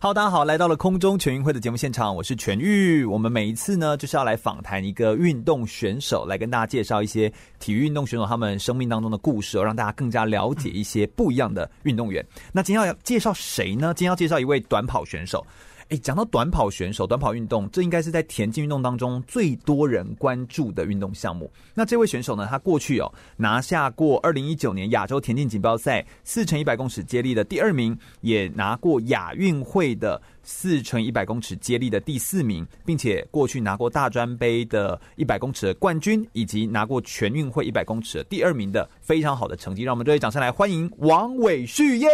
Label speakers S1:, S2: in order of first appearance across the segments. S1: 好，大家好，来到了空中全运会的节目现场，我是全玉。我们每一次呢，就是要来访谈一个运动选手，来跟大家介绍一些体育运动选手他们生命当中的故事、哦，让大家更加了解一些不一样的运动员。那今天要介绍谁呢？今天要介绍一位短跑选手。哎，讲到短跑选手、短跑运动，这应该是在田径运动当中最多人关注的运动项目。那这位选手呢，他过去哦拿下过二零一九年亚洲田径锦标赛四乘一百公尺接力的第二名，也拿过亚运会的四乘一百公尺接力的第四名，并且过去拿过大专杯的一百公尺的冠军，以及拿过全运会一百公尺的第二名的非常好的成绩。让我们热烈掌声来欢迎王伟旭耶！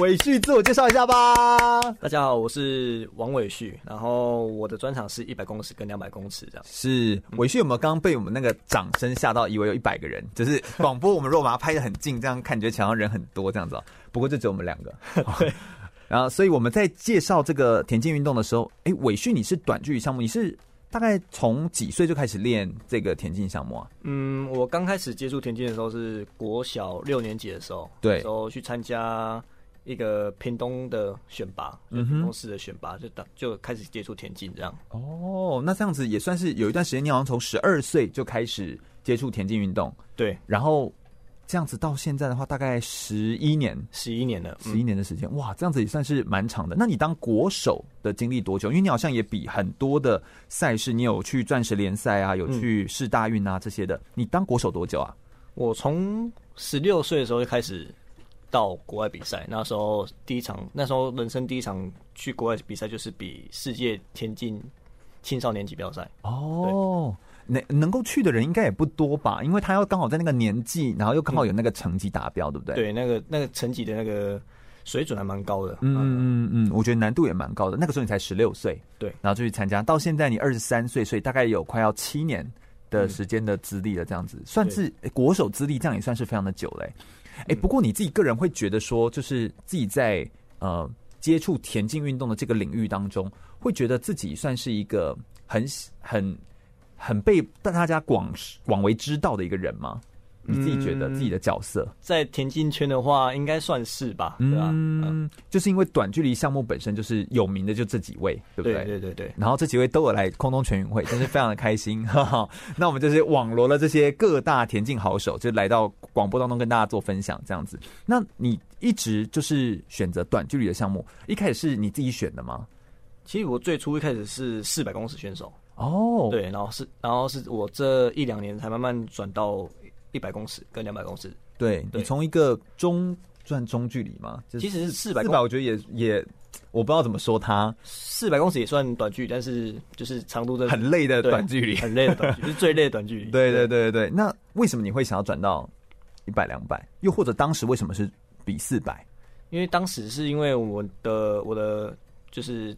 S1: 伟旭，自我介绍一下吧。
S2: 大家好，我是王伟旭，然后我的专长是一百公尺跟两百公尺这样。
S1: 是伟旭有没有刚刚被我们那个掌声吓到，以为有一百个人？就是广播，我们如果把它拍的很近，这样感觉墙上人很多这样子、哦。不过就只有我们两 个。然后，所以我们在介绍这个田径运动的时候，哎，伟旭，你是短距离项目，你是大概从几岁就开始练这个田径项目啊？
S2: 嗯，我刚开始接触田径的时候是国小六年级的时候，
S1: 对
S2: 那时候去参加一个屏东的选拔，就屏东市的选拔，就打就开始接触田径这样。
S1: 哦，那这样子也算是有一段时间，你好像从十二岁就开始接触田径运动，
S2: 对，
S1: 然后这样子到现在的话，大概十一年，
S2: 十一年了，
S1: 十一
S2: 嗯，
S1: 年的时间，哇，这样子也算是蛮长的。那你当国手的经历多久？因为你好像也比很多的赛事，你有去钻石联赛啊，有去世大运啊这些的。你当国手多久啊？
S2: 我从十六岁的时候就开始。到国外比赛，那时候第一场，那时候人生第一场去国外比赛就是比世界田径青少年锦标赛。
S1: 哦，能能够去的人应该也不多吧？因为他要刚好在那个年纪，然后又刚好有那个成绩达标，对不对？。
S2: 对，那个那个成绩的那个水准还蛮高的。嗯，
S1: 嗯嗯嗯，我觉得难度也蛮高的。那个时候你才十六岁，
S2: 对
S1: 然后就去参加，到现在你二十三岁，所以大概有快要七年的时间的资历了，这样子、算是、诶国手资历，这样也算是非常的久嘞、哎、
S2: 嗯
S1: 不过你自己个人会觉得说，就是自己在呃接触田径运动的这个领域当中，会觉得自己算是一个很很很被大家广广为知道的一个人吗？你自己觉
S2: 嗯
S1: 得自己的角色？
S2: 在田径圈的话，应该算是吧，对吧？嗯，
S1: 嗯，就是因为短距离项目本身就是有名的就这几位，对不
S2: 对对对对，
S1: 然后这几位都有来空中全运会，真是非常的开 心。哈哈，那我们就是网罗了这些各大田径好手，就来到广播当中跟大家做分享，这样子。那你一直就是选择短距离的项目，一开始是你自己选的吗？
S2: 其实我最初一开始是四百公尺选手，
S1: 哦，，
S2: 对，然后是然后是我这一两年才慢慢转到一百公尺跟两百公尺。
S1: 对
S2: 对
S1: 你从一个中算中距离嘛，
S2: 其实四百
S1: 四百，我觉得也也，我不知道怎么说它，
S2: 四百公尺也算短距离，但是就是长度真的
S1: 很累的
S2: 对
S1: 短距离。
S2: 很累的短距离，是最累的短距离。
S1: 对对对对对，那为什么你会想要转到一百两百？又或者当时为什么是比四百？
S2: 因为当时是因为我的我的就是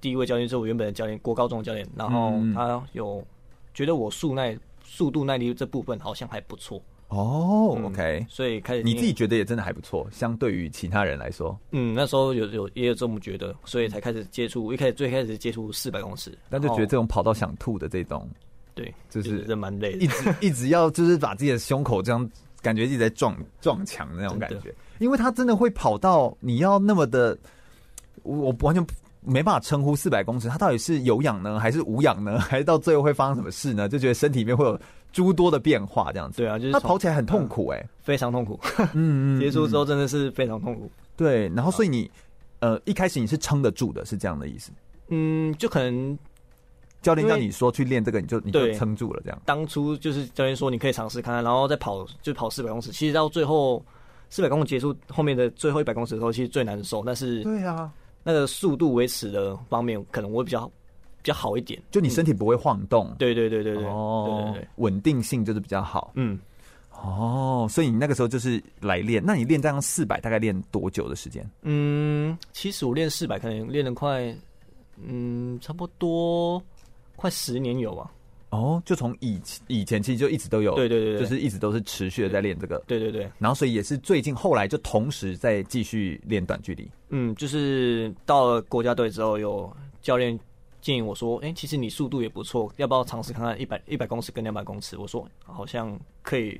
S2: 第一位教练是我原本的教练，国高中的教练，然后
S1: 嗯嗯
S2: 他有觉得我速耐速度耐力这部分好像还不错，
S1: 哦、
S2: 嗯
S1: o k
S2: 所以开始
S1: 你自己觉得也真的还不错，相对于其他人来说，
S2: 嗯那时候有有也有这么觉得，所以才开始接触，一开始最开始接触四百公尺，
S1: 但就觉得这
S2: 然
S1: 种
S2: 后
S1: 跑到想吐的这种，
S2: 对
S1: 就是
S2: 真的蛮累
S1: 一
S2: 的，
S1: 直一直要就是把自己的胸口这样，感觉自己在撞撞墙的那种感
S2: 真
S1: 觉，因为他真的会跑到你要那么的，我我完全没办法称呼四百公尺，他到底是有氧呢，还是无氧呢， 还是到最后会发生什么事呢？就觉得身体里面会有诸多的变化，这样子。
S2: 对啊，就是
S1: 他
S2: 从
S1: 跑起来很痛苦哎、
S2: 非常痛苦，
S1: 嗯
S2: 结束之后真的是非常痛苦。
S1: 对，
S2: 嗯
S1: 然后所以你呃一开始你是撑得住的，是这样的意思。
S2: 嗯，就可能
S1: 教练
S2: 因
S1: 让
S2: 为
S1: 你说去练这个，你就你就
S2: 对
S1: 撑住了，这样。
S2: 当初就是教练说你可以尝试看看，然后再跑就跑四百公尺。其实到最后四百公尺结束后面的最后一百公尺的时候，其实最难受，但是
S1: 对啊，
S2: 那个速度维持的方面，可能我比较比较好一点。嗯
S1: 就你身体不会晃动。
S2: 对对对对对，
S1: 哦
S2: 对对对，，
S1: 稳定性就是比较好。
S2: 嗯，
S1: 哦，所以你那个时候就是来练，那你练这样四百大概练多久的时间？
S2: 嗯，其实我练四百，可能练了快嗯，差不多快十年有吧。
S1: 哦，就从以以前其实就一直都有，
S2: 对对对对
S1: 就是一直都是持续的在练这个，
S2: 对对对，
S1: 然后所以也是最近后来就同时在继续练短距离。
S2: 嗯，就是到了国家队之后，有教练建议我说：“哎、其实你速度也不错，要不要尝试看看一百一百公尺跟两百公尺？”我说：“好像可以。”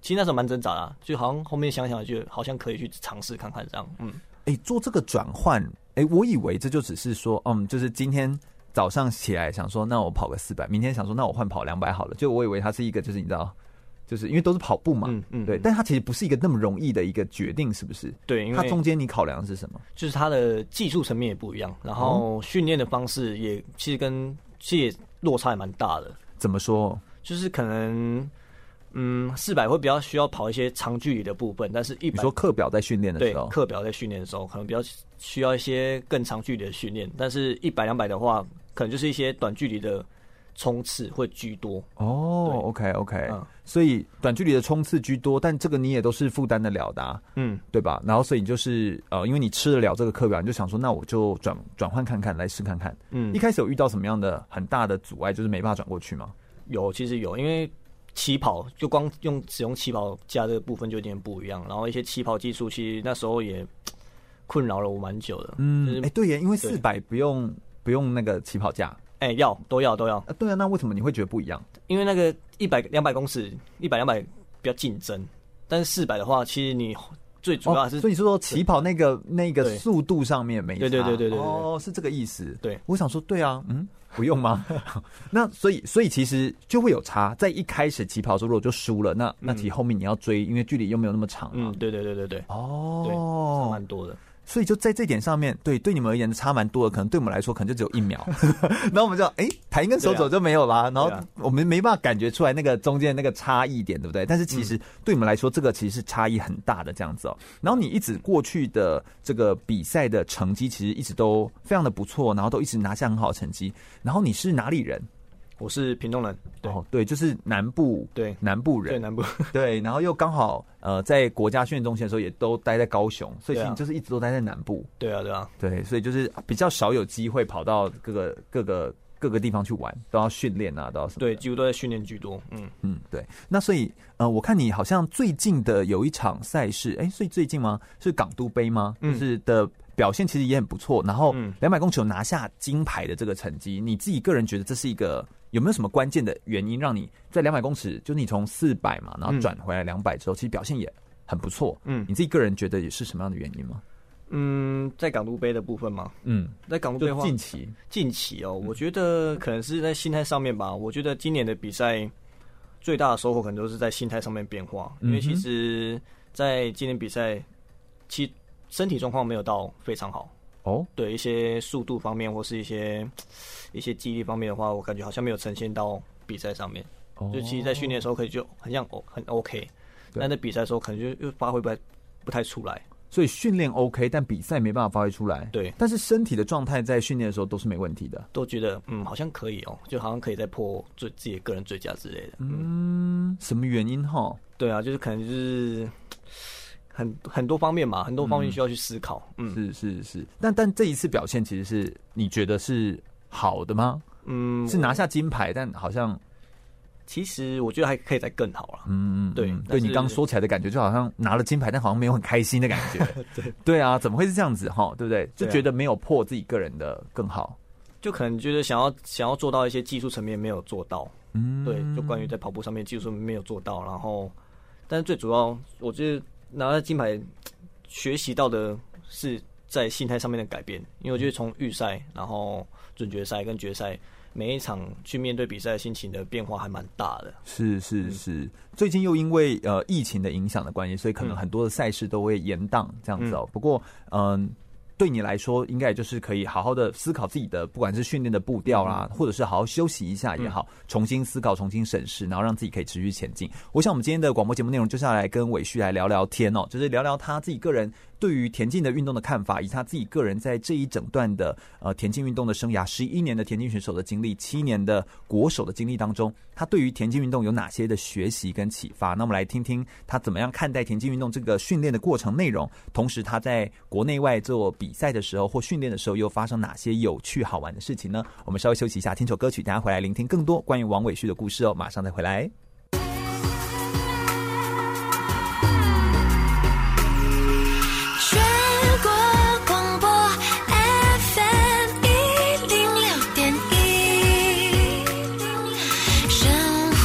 S2: 其实那时候蛮挣扎的啊、就好像后面想想，就好像可以去尝试看看这样。嗯，
S1: 哎、做这个转换，哎、我以为这就只是说，嗯，就是今天早上起来想说，那我跑个四百，明天想说，那我换跑两百好了。就我以为它是一个，就是你知道，就是因为都是跑步嘛，
S2: 嗯嗯
S1: 对，
S2: 嗯
S1: 但它其实不是一个那么容易的一个决定，是不是？
S2: 对，因
S1: 它中
S2: 为
S1: 间你考量的是什么？
S2: 就是他的技术层面也不一样，然
S1: 哦
S2: 后训练的方式也其实跟其实也落差也蛮大的。
S1: 怎么说？
S2: 就是可能，嗯，四百会比较需要跑一些长距离的部分，但是一
S1: 你
S2: 百
S1: 说课表在训练的
S2: 对
S1: 时候，
S2: 课表在训练的时候，可能比较需要一些更长距离的训练，但是一百两百的话，可能就是一些短距离的冲刺会居多。
S1: 哦
S2: 对
S1: ，OK OK，、
S2: 嗯
S1: 所以短距离的冲刺居多，但这个你也都是负担得了的、啊，
S2: 嗯，
S1: 对吧？然后所以你就是呃，因为你吃得了这个课表，你就想说，那我就转转换看看，来试看看。
S2: 嗯
S1: 一开始有遇到什么样的很大的阻碍，就是没办法转过去吗？
S2: 有其实有，因为起跑就光用使用起跑架这个部分就有点不一样，然后一些起跑技术其实那时候也困扰了我蛮久的。就
S1: 嗯，哎、
S2: 是
S1: 对耶，因为
S2: 对
S1: 四百不用不用那个起跑架
S2: 哎、要都要都要，
S1: 啊，对啊，那为什么你会觉得不一样？
S2: 因为那个一百两百公尺，一百两百比较竞争，但是四百的话，其实你最主要还是、
S1: 哦所以你是说起跑那个那个
S2: 对
S1: 速度上面没差？
S2: 对对对对对对
S1: 哦，是这个意思。
S2: 对
S1: 我想说，对啊，嗯，不用吗？ 那所以所以其实就会有差，在一开始起跑的时候如果就输了，那那其实后面你要追，因为距离又没有那么长嘛。
S2: 嗯，对对对对对，对，差
S1: 哦
S2: 蛮，多的。
S1: 所以就在这点上面，对对你们而言差蛮多的，可能对我们来说可能就只有一 秒，然后我们就哎弹一根手肘就没有啦，然后
S2: 对啊
S1: 我们没办法感觉出来那个中间那个差异点，对不对？但是其
S2: 嗯
S1: 实对你们来说，这个其实是差异很大的这样子哦。然后你一直过去的这个比赛的成绩，其实一直都非常的不错，然后都一直拿下很好的成绩。然后你是哪里人？
S2: 我是屏东人，对、
S1: 哦，对，就是南部，
S2: 对
S1: 南部
S2: 对，
S1: 人，
S2: 南部
S1: 对，然后又刚好呃在国家训练中心的时候也都待在高雄，所以其
S2: 对啊
S1: 实你就是一直都待在南部。
S2: 对啊对啊，
S1: 对，所以就是比较少有机会跑到各个各个各个地方去玩，都要训练啊，都要什么的？
S2: 对，几乎都在训练居多。嗯，
S1: 嗯，对。那所以呃，我看你好像最近的有一场赛事，哎、所以最近吗？是港都杯吗？
S2: 嗯
S1: 就是的表现其实也很不错，然后
S2: 嗯
S1: 两百公尺有拿下金牌的这个成绩，你自己个人觉得这是一个有没有什么关键的原因，让你在两百公尺，就是你从四百嘛，然后
S2: 嗯
S1: 转回来两百之后，其实表现也很不错。
S2: 嗯
S1: 你自己个人觉得也是什么样的原因吗？
S2: 嗯，在港都杯的部分嘛，
S1: 嗯，
S2: 在港都杯的
S1: 就
S2: 话，
S1: 近嗯期
S2: 近期哦，我觉得可能是在心态上面吧。我觉得今年的比赛最大的收获可能都是在心态上面变化，因为
S1: 嗯哼
S2: 其实，在今年比赛，其实身体状况没有到非常好。
S1: 哦，
S2: 对一些速度方面或是一些一些记忆力方面的话，我感觉好像没有呈现到比赛上面。
S1: 哦
S2: 就其实，在训练的时候可以就很像哦很 OK，
S1: 对
S2: 但在比赛的时候可能就又发挥不太不太出来。
S1: 所以训练 OK，但比赛没办法发挥出来。
S2: 对
S1: 但是身体的状态在训练的时候都是没问题的。
S2: 都觉得嗯好像可以哦，就好像可以再破最自己的个人最佳之类的。嗯，
S1: 嗯，什么原因哈？
S2: 对啊，就是可能就是很很多方面嘛，很多方面需要去思考。嗯
S1: 是是是，但但这一次表现其实是你觉得是好的吗？
S2: 嗯，
S1: 是拿下金牌，但好像
S2: 其实我觉得还可以再更好了。
S1: 嗯嗯，
S2: 对
S1: 嗯对
S2: 但是
S1: 你刚说起来的感觉，就好像拿了金牌，但好像没有很开心的感 觉。对对啊，怎么会是这样子哈？对不对？就
S2: 对啊
S1: 觉得没有破自己个人的更好。
S2: 就可能觉得想要想要做到一些技术层面没有做到，
S1: 嗯，
S2: 对，就关于在跑步上面技术没有做到，然后，但是最主要，我觉得拿到金牌学习到的是在心态上面的改变，因为我觉得从预赛，然后准决赛跟决赛，每一场去面对比赛心情的变化还蛮大的。
S1: 是是是，最近又因为呃疫情的影响的关系，所以可能
S2: 嗯
S1: 很多的赛事都会延宕这样子哦。不过，嗯、对你来说，应该也就是可以好好的思考自己的，不管是训练的步调啦，或者是好好休息一下也好，重新思考、重新审视，然后让自己可以持续前进。我想我们今天的广播节目内容就是要来跟伟旭来聊聊天哦，就是聊聊他自己个人对于田径的运动的看法，以他自己个人在这一整段的呃田径运动的生涯，十一年的田径选手的经历，七年的国手的经历当中，他对于田径运动有哪些的学习跟启发？那我们来听听他怎么样看待田径运动这个训练的过程内容，同时他在国内外做比赛的时候或训练的时候又发生哪些有趣好玩的事情呢？我们稍微休息一下，听首歌曲，等下回来聆听更多关于王伟旭的故事哦，马上再回来。
S3: 全国广播 FM 一零六点一，生活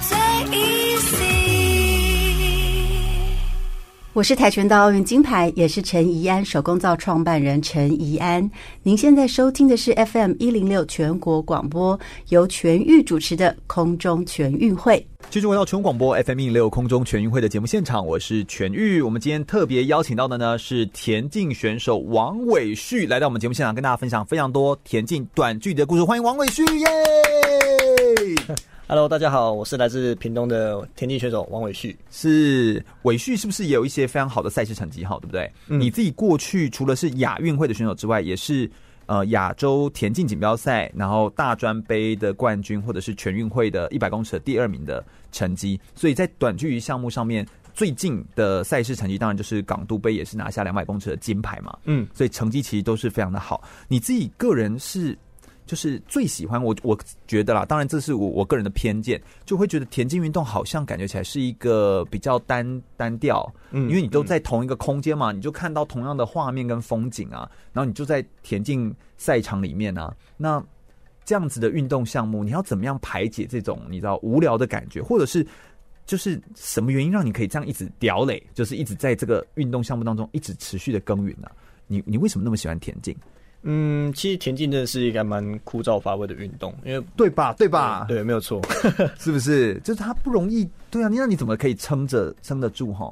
S3: 最 easy。
S4: 我是跆拳道奥运金牌，也是陈怡安手工皂创办人陈怡安。您现在收听的是 FM 一零六全国广播，由全域主持的空中全运会。
S1: 继续回到全广播 FM 一六空中全运会的节目现场，我是全玉。我们今天特别邀请到的呢是田径选手王伟旭，来到我们节目现场，跟大家分享非常多田径短距离的故事。欢迎王伟旭，耶！
S2: Hello，大家好，我是来自屏东的田径选手王伟旭。
S1: 是伟旭是不是也有一些非常好的赛事成绩？好，对不对？你自己过去除了是亚运会的选手之外，也是呃亚洲田径锦标赛，然后大专杯的冠军，或者是全运会的一百公尺的第二名的成绩。所以在短距离项目上面，最近的赛事成绩当然就是港都杯也是拿下两百公尺的金牌嘛。
S2: 嗯，
S1: 所以成绩其实都是非常的好。你自己个人是就是最喜欢我，我觉得啦，当然这是我我个人的偏见，就会觉得田径运动好像感觉起来是一个比较单单调，
S2: 嗯
S1: 因为你都在同一个空间嘛，你就看到同样的画面跟风景啊，然后你就在田径赛场里面啊，那。这样子的运动项目，你要怎么样排解这种你知道无聊的感觉，或者是就是什么原因让你可以这样一直屌累，就是一直在这个运动项目当中一直持续的耕耘呢、你你为什么那么喜欢田径？
S2: 嗯，其实田径真的是一个还蛮枯燥乏味的运动，因为
S1: 对吧？对吧？，
S2: 对，没有错。
S1: 是不是？就是它不容易。对啊，你那你怎么可以撑着撑得住哈？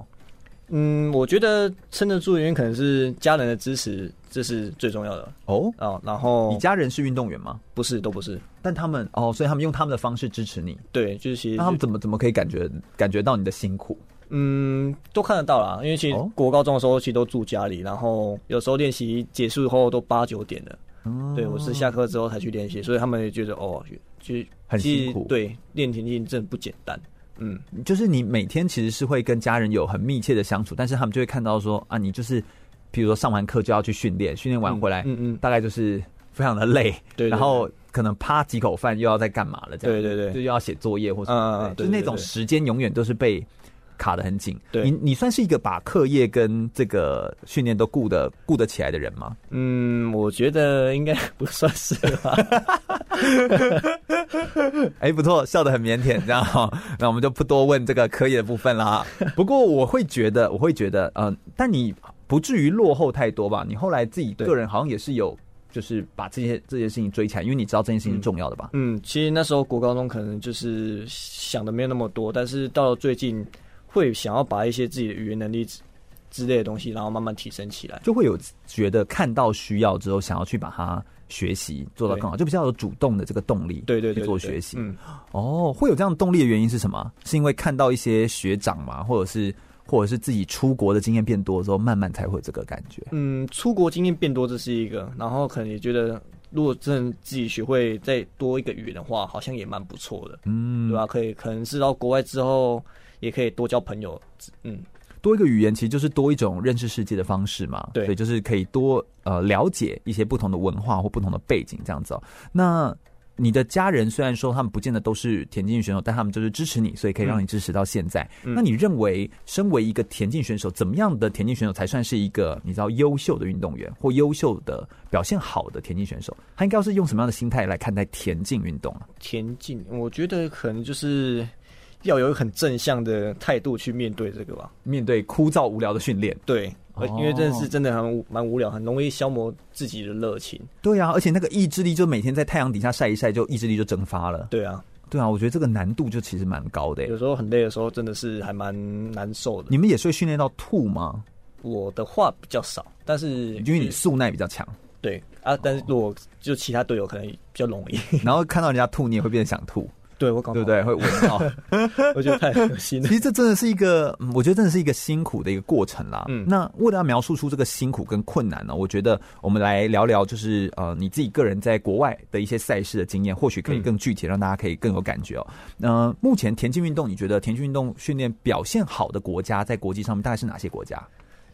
S2: 嗯，我觉得撑得住的原因可能是家人的支持，这是最重要的
S1: 哦，
S2: 啊、然后
S1: 你家人是运动员吗？
S2: 不是都不是，
S1: 但他们哦，所以他们用他们的方式支持你，
S2: 对，就是其实
S1: 那他们怎么怎么可以感觉感觉到你的辛苦？
S2: 嗯都看得到啦，因为其实
S1: 哦
S2: 国高中的时候其实都住家里，然后有时候练习结束后都八九点了。
S1: 哦
S2: 对，我是下课之后才去练习，所以他们也觉得哦，就
S1: 很
S2: 其
S1: 辛
S2: 实
S1: 苦
S2: 对，练田径真的不简单。嗯，
S1: 就是你每天其实是会跟家人有很密切的相处，但是他们就会看到说啊，你就是比如说上完课就要去训练，训练完回来，
S2: 嗯嗯嗯
S1: 大概就是非常的累，
S2: 对对
S1: 然后可能啪几口饭又要再干嘛了，这样，
S2: 对对对
S1: 就又要写作业或什么的，
S2: 嗯嗯嗯
S1: 就
S2: 对
S1: 是那种
S2: 对对对
S1: 时间永远都是被卡得很紧。
S2: 对
S1: 你你算是一个把课业跟这个训练都顾得顾得起来的人吗？
S2: 嗯，我觉得应该不算是吧。
S1: 哎，不错，笑得很腼腆，这样哈、 那我们就不多问这个科研的部分 啦。不过我会觉得，我会觉得，嗯、但你不至于落后太多吧？你后来自己个人好像也是有，就是把这些这些事情追起来，因为你知道这件事情是重要的吧？
S2: 嗯，其实那时候国高中可能就是想的没有那么多，但是到了最近会想要把一些自己的语言能力之之类的东西，然后慢慢提升起来。
S1: 就会有觉得看到需要之后，想要去把它学习做到更好，就比较有主动的这个动力，
S2: 对对
S1: 去
S2: 对对
S1: 做
S2: 对
S1: 学习。
S2: 嗯，
S1: 哦，会有这样的动力的原因是什么？是因为看到一些学长嘛，或者是或者是自己出国的经验变多之后，慢慢才会有这个感觉。
S2: 嗯，出国经验变多，这是一个，然后可能也觉得，如果真的自己学会再多一个语言的话，好像也蛮不错的，
S1: 嗯，
S2: 对吧、可以，可能是到国外之后，也可以多交朋友，嗯，
S1: 多一个语言，其实就是多一种认识世界的方式嘛。
S2: 对
S1: 所以就是可以多呃了解一些不同的文化或不同的背景这样子哦。那你的家人虽然说他们不见得都是田径选手，但他们就是支持你，所以可以让你支持到现在。那你认为，身为一个田径选手，怎么样的田径选手才算是一个你知道优秀的运动员或优秀的表现好的田径选手？他应该是用什么样的心态来看待田径运动啊？
S2: 田径，我觉得可能就是要有很正向的态度去面对这个吧，
S1: 面对枯燥无聊的训练，
S2: 对，呃
S1: 哦
S2: 因为真的是真的很无蛮无聊，很容易消磨自己的热情，
S1: 对啊，而且那个意志力，就每天在太阳底下晒一晒，就意志力就蒸发了。
S2: 对啊，
S1: 对啊，我觉得这个难度就其实蛮高的欸。
S2: 有时候很累的时候，真的是还蛮难受的。
S1: 你们也是会训练到吐吗？
S2: 我的话比较少，但是
S1: 因为你素耐比较强，
S2: 对啊，但是如果就其他队友可能比较容易。
S1: 然后看到人家吐，你也会变得想吐。
S2: 对我搞
S1: 对不对？会闻到。
S2: 对？ 我觉得太恶心了
S1: 其。实这真的是一个，嗯我觉得真的是一个辛苦的一个过程啦。
S2: 嗯
S1: 那为了要描述出这个辛苦跟困难呢，我觉得我们来聊聊，就是呃你自己个人在国外的一些赛事的经验，或许可以更具体，让大家可以更有感觉哦。那、目前田径运动，你觉得田径运动训练表现好的国家，在国际上面大概是哪些国家？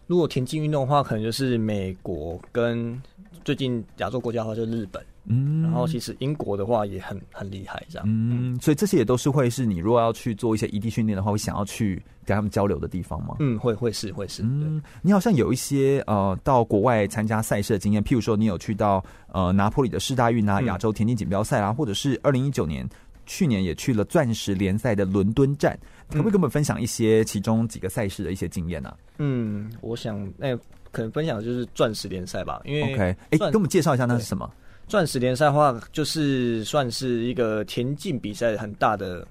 S2: 如果田径运动的话，可能就是美国跟最近亚洲国家的话就是日本，
S1: 嗯，
S2: 然后其实英国的话也很很厉害，这样。
S1: 嗯，所以这些也都是会是你如果要去做一些异地训练的话，会想要去跟他们交流的地方吗？
S2: 嗯，会会是会是，对
S1: 嗯，你好像有一些呃到国外参加赛事的经验，譬如说你有去到呃拿坡里的世大运啊、
S2: 嗯
S1: 亚洲田径锦标赛啊，或者是二零一九年去年也去了钻石联赛的伦敦站，可不可以跟我们分享一些其中几个赛事的一些经验啊呢、
S2: 嗯，我想那、可能分享的就是钻石联赛吧，因
S1: o
S2: 为
S1: k 哎、
S2: 钻
S1: 跟我们介绍一下那是什么？
S2: 钻石联赛的话，就是算是一个田径比赛很大的、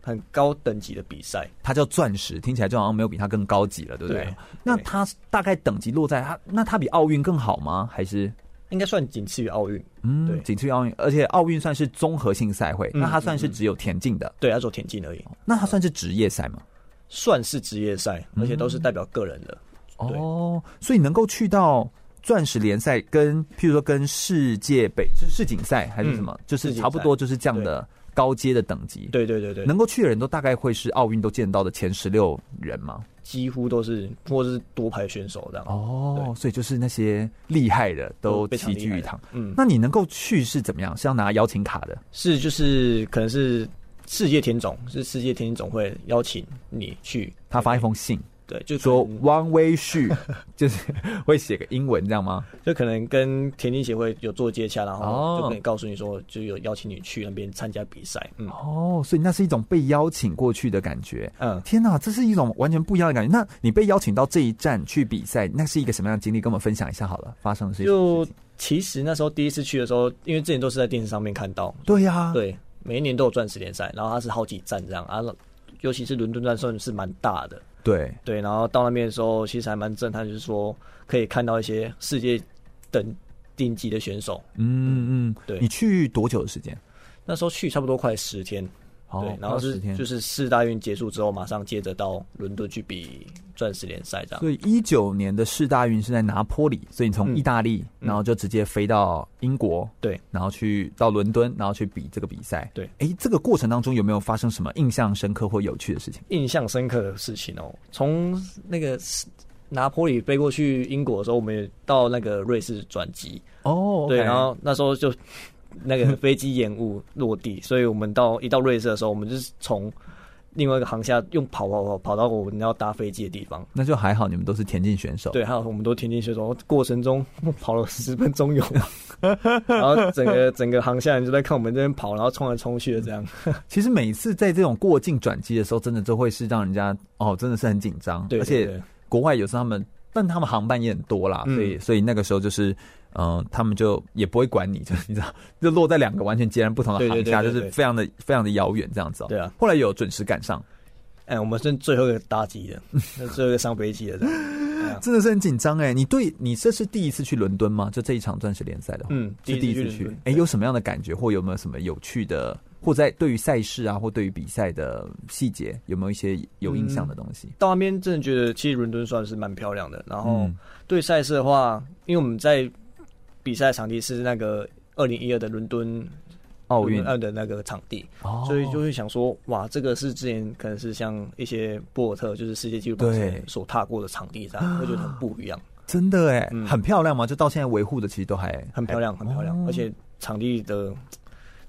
S2: 很高等级的比赛。
S1: 它叫钻石，听起来就好像没有比它更高级了，对不对？
S2: 对
S1: 那它大概等级落在它，那它比奥运更好吗？还是？
S2: 应该算仅次于奥运，
S1: 嗯
S2: 对，
S1: 仅次于奥运，而且奥运算是综合性赛会，
S2: 嗯
S1: 那它算是只有田径的，
S2: 对，要做田径而已，
S1: 那它算是职业赛吗？
S2: 算是职业赛，
S1: 嗯
S2: 而且都是代表个人的。对
S1: 哦，所以能够去到钻石联赛跟，譬如说跟世界杯是世锦赛还是什么，
S2: 嗯
S1: 就是差不多就是这样的高阶的等级。，
S2: 对对对对，
S1: 能够去的人都大概会是奥运都见到的前十六人嘛。
S2: 几乎都是或者是多牌选手这样。
S1: 哦，所以就是那些厉害的都
S2: 非常
S1: 齐
S2: 厉害
S1: 聚一
S2: 的
S1: 堂。
S2: 嗯，
S1: 那你能够去是怎么样？是要拿邀请卡的？
S2: 是就是可能是世界田总，是世界田径总会邀请你去，
S1: 他发一封信
S2: 对，就
S1: 说
S2: 可能
S1: “one way 序”， 就是会写个英文这样吗？
S2: 就可能跟田径协会有做接洽，然
S1: 哦
S2: 后就可以告诉你说，就有邀请你去那边参加比赛。嗯
S1: 哦，所以那是一种被邀请过去的感觉。
S2: 嗯，
S1: 天呐，这是一种完全不一样的感觉。那你被邀请到这一站去比赛，那是一个什么样的经历？跟我们分享一下好了，发生的是
S2: 就其实那时候第一次去的时候，因为之前都是在电视上面看到，
S1: 对呀、，
S2: 对，每一年都有钻石联赛，然后它是好几站这样啊，尤其是伦敦站算是蛮大的，
S1: 对，
S2: 对，然后到那边的时候，其实还蛮震撼，就是说可以看到一些世界等顶级的选手。
S1: 嗯嗯，
S2: 对
S1: 你去多久的时间？
S2: 那时候去差不多快十天，对，然后
S1: 哦十
S2: 是
S1: 天，
S2: 就是四大运结束之后，马上接着到伦敦去比钻石联赛这样。
S1: 所以一九年的世大运是在拿坡里，所以你从
S2: 嗯
S1: 意大利，
S2: 嗯
S1: 然后就直接飞到英国，
S2: 对，
S1: 然后去到伦敦，然后去比这个比赛。
S2: 对
S1: 哎，这个过程当中有没有发生什么印象深刻或有趣的事情？
S2: 印象深刻的事情哦，从那个拿坡里飞过去英国的时候，我们也到那个瑞士转机，
S1: 哦
S2: 对，然后那时候就那个飞机延误 落地，所以我们到一到瑞士的时候，我们就是从另外一个航厦用跑跑跑跑到我们要搭飞机的地方。
S1: 那就还好，你们都是田径选手。
S2: 对，还有我们都田径选手，哦过程中 跑了十分钟有吧， 然后整个整个航厦人就在看我们这边跑，然后冲来冲去的这样。
S1: 其实每次在这种过境转机的时候，真的就会是让人家哦，真的是很紧张。
S2: 对，
S1: 而且国外有时候他们，但他们航班也很多啦，
S2: 嗯
S1: 所以所以那个时候就是，嗯、他们就也不会管你，就是你知道，就落在两个完全截然不同的
S2: 对对
S1: 航
S2: 对
S1: 下，
S2: 对
S1: 就是
S2: 对
S1: 非常的非常的遥远这样子、哦。
S2: 对啊
S1: 后来有准时赶上，
S2: 哎、我们是最后一个搭机的， 那最后一个上飞机的这样。
S1: 真的是很紧张哎。你对你这是第一次去伦敦吗？就这一场钻石联赛的话，
S2: 嗯
S1: 是第一次
S2: 第一次去
S1: 去
S2: 伦。
S1: 哎，
S2: 敦
S1: 有什么样的感觉，或有没有什么有趣的，或在对于赛事啊，或对于比赛的细节，有没有一些有印象的东西？
S2: 到那边真的觉得，其实伦敦算是蛮漂亮的。然后
S1: 嗯
S2: 对赛事的话，因为我们在比赛场地是那个二零一二的伦敦
S1: 奥运
S2: 伦，敦的那个场地，
S1: 哦
S2: 所以就会想说，哇，这个是之前可能是像一些博尔特，就是世界纪录保持
S1: 对
S2: 人所踏过的场地，这
S1: 啊
S2: 样会觉得很不一样，
S1: 真的哎、
S2: 嗯
S1: 很漂亮嘛，就到现在维护的其实都还
S2: 很漂亮，很漂亮，
S1: 哦
S2: 而且场地的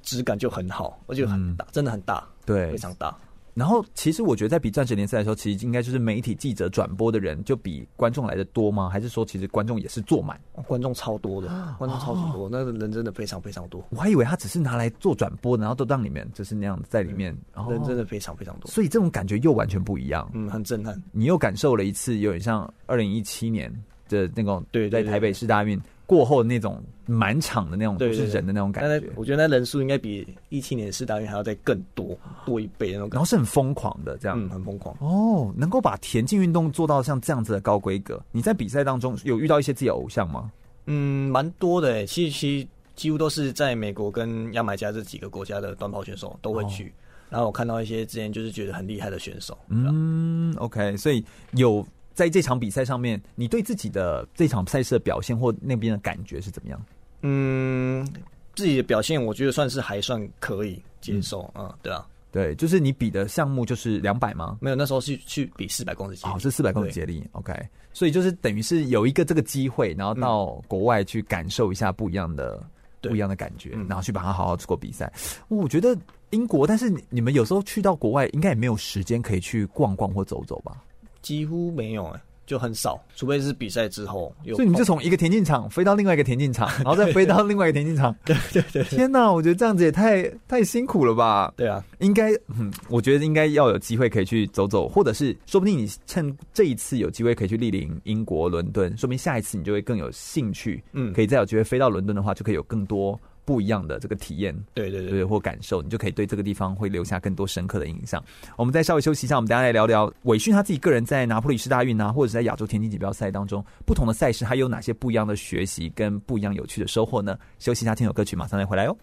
S2: 质感就很好，而且很
S1: 嗯
S2: 大，真的很大，
S1: 对
S2: 非。常大。
S1: 然后其实我觉得在比钻石联赛的时候，其实应该就是媒体记者转播的人就比观众来的多吗？还是说其实观众也是坐满？
S2: 哦观众超多的，
S1: 啊
S2: 观众超级
S1: 哦
S2: 多，那个人真的非常非常多，
S1: 我还以为他只是拿来做转播，然后都让你们就是那样子在里面，然后
S2: 人真的非常非常多，
S1: 所以这种感觉又完全不一样。
S2: 嗯，很震撼。
S1: 你又感受了一次，有点像二零一七年的那种
S2: 对
S1: 在
S2: 对
S1: 台北市大运过后那种满场的那种不
S2: 对对
S1: 是
S2: 对
S1: 人的那种感
S2: 但
S1: 觉
S2: 是，我觉得那人数应该比一七年世大运还要再更多，多一倍的那
S1: 然
S2: 种感
S1: 后
S2: 觉，
S1: 是很疯狂的这样。
S2: 嗯，很疯狂。
S1: 哦，能够把田径运动做到像这样子的高规格，你在比赛当中有遇到一些自己的偶像吗？
S2: 嗯，蛮多的诶。其实其实几乎都是在美国跟牙买加这几个国家的短跑选手都会去。然后我看到一些之前就是觉得很厉害的选手，嗯，
S1: 哦嗯，OK，所以有在这场比赛上面，你对自己的这场赛事的表现或那边的感觉是怎么样？
S2: 嗯，自己的表现我觉得算是还算可以接受，嗯，对啊，
S1: 对，就是你比的项目就是两百吗？
S2: 没有那时候是去比四百公尺接力，
S1: 哦，是四百公里
S2: 对
S1: 接力，OK，所以就是等于是有一个这个机会，然后到国外去感受一下不一样的、
S2: 嗯对
S1: 不一样的感觉，
S2: 嗯
S1: 然后去把它好好做比赛。我觉得英国，但是你你们有时候去到国外，应该也没有时间可以去逛逛或走走吧？
S2: 几乎没有、哎，就很少，除非是比赛之后有空。
S1: 所以你们就从一个田径场飞到另外一个田径场，然后再飞到另外一个田径 场。对对对，天哪，我觉得这样子也太太辛苦了吧？
S2: 对啊，
S1: 应该，嗯，我觉得应该要有机会可以去走走，或者是说不定你趁这一次有机会可以去莅临英国伦敦，说明下一次你就会更有兴趣，
S2: 嗯
S1: 可以再有机会飞到伦敦的话，就可以有更多不一样的这个体验。
S2: 对对对，
S1: 对，啊或感受，你就可以对这个地方会留下更多深刻的印象。我们再稍微休息一下，我们等一下来聊聊韦逊他自己个人在拿破里市大运啊，或者是在亚洲田径锦标赛当中不同的赛事，还有哪些不一样的学习跟不一样有趣的收获呢？休息一下，听首歌曲，马上再回来哦。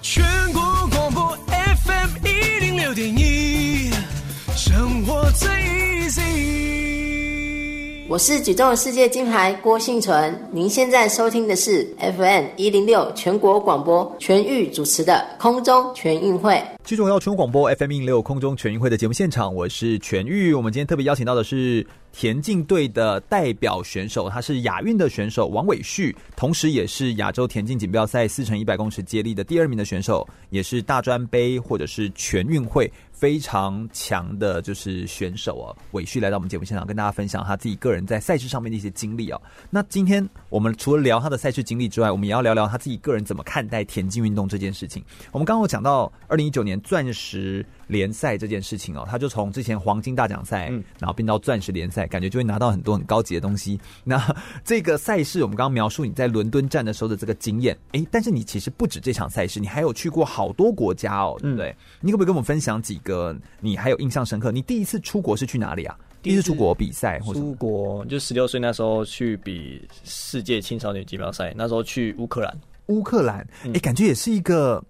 S5: 全国广播 FM 一零六点一，生活最 easy。
S6: 我是举重的世界金牌郭幸存，您现在收听的是 FM 一零六全国广播全域主持的空中全运会。
S1: 剧中要全国广播 FM 一零六空中全运会的节目现场，我是全玉。我们今天特别邀请到的是田径队的代表选手，他是亚运的选手王伟旭，同时也是亚洲田径锦标赛四乘一百公尺接力的第二名的选手，也是大专杯或者是全运会非常强的，就是选手哦。伟旭来到我们节目现场，跟大家分享他自己个人在赛事上面的一些经历哦。那今天我们除了聊他的赛事经历之外，我们也要聊聊他自己个人怎么看待田径运动这件事情。我们刚刚有讲到二零一九年钻石联赛这件事情哦，他就从之前黄金大奖赛，
S2: 嗯
S1: 然后变到钻石联赛，感觉就会拿到很多很高级的东西。那这个赛事，我们刚刚描述你在伦敦站的时候的这个经验，诶，但是你其实不止这场赛事，你还有去过好多国家哦，对不对？你可不可以跟我们分享几个你还有印象深刻？你第一次出国是去哪里啊？第
S2: 第
S1: 一
S2: 一
S1: 次
S2: 次
S1: 出国比赛或什
S2: 出
S1: 么？
S2: 国就十六岁那时候去比世界青少年锦标赛，那时候去乌克兰，
S1: 乌克兰，
S2: 嗯
S1: 诶，感觉也是一个。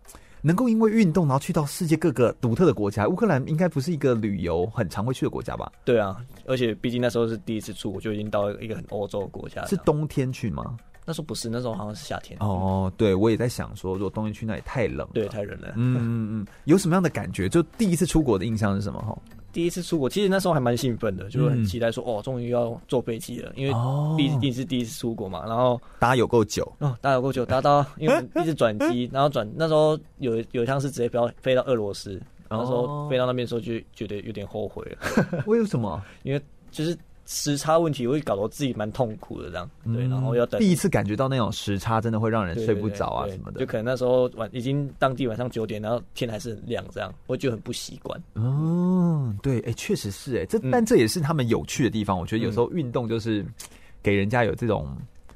S1: 能够因为运动，然后去到世界各个独特的国家，乌克兰应该不是一个旅游很常会去的国家吧？
S2: 对啊，而且毕竟那时候是第一次出国，就已经到一个很欧洲的国家了。
S1: 是冬天去吗？
S2: 那时候不是，那时候好像是夏天，
S1: 哦，对，我也在想说，如果冬天去那里太冷了。
S2: 嗯对，太冷了。
S1: 嗯嗯嗯，有什么样的感觉？就第一次出国的印象是什么？哈，
S2: 第一次出国，其实那时候还蛮兴奋的，就是
S1: 嗯
S2: 很期待说，哦，终于要坐飞机了，因为
S1: 哦
S2: 毕竟是第一次出国嘛。然后
S1: 搭有够久，
S2: 哦，搭有够久，搭到因为我们一直转 机，然后转那时候有有一趟是直接飞到飞到俄罗斯，那时
S1: 哦
S2: 候飞到那边的时候就觉得有点后悔了，
S1: 为什么？
S2: 因为就是时差问题会搞得自己蛮痛苦的这样，对，
S1: 嗯
S2: 然后要等
S1: 第一次感觉到那种时差，真的会让人
S2: 对
S1: 睡
S2: 对
S1: 不着啊
S2: 对
S1: 什么
S2: 就
S1: 的。
S2: 可能那时候晚已经当地晚上九点，然后天还是很亮，这样我就很不习惯。
S1: 嗯，对，哎，确实是哎，这
S2: 嗯
S1: 但这也是他们有趣的地方。我觉得有
S2: 嗯
S1: 时候运动就是给人家有这种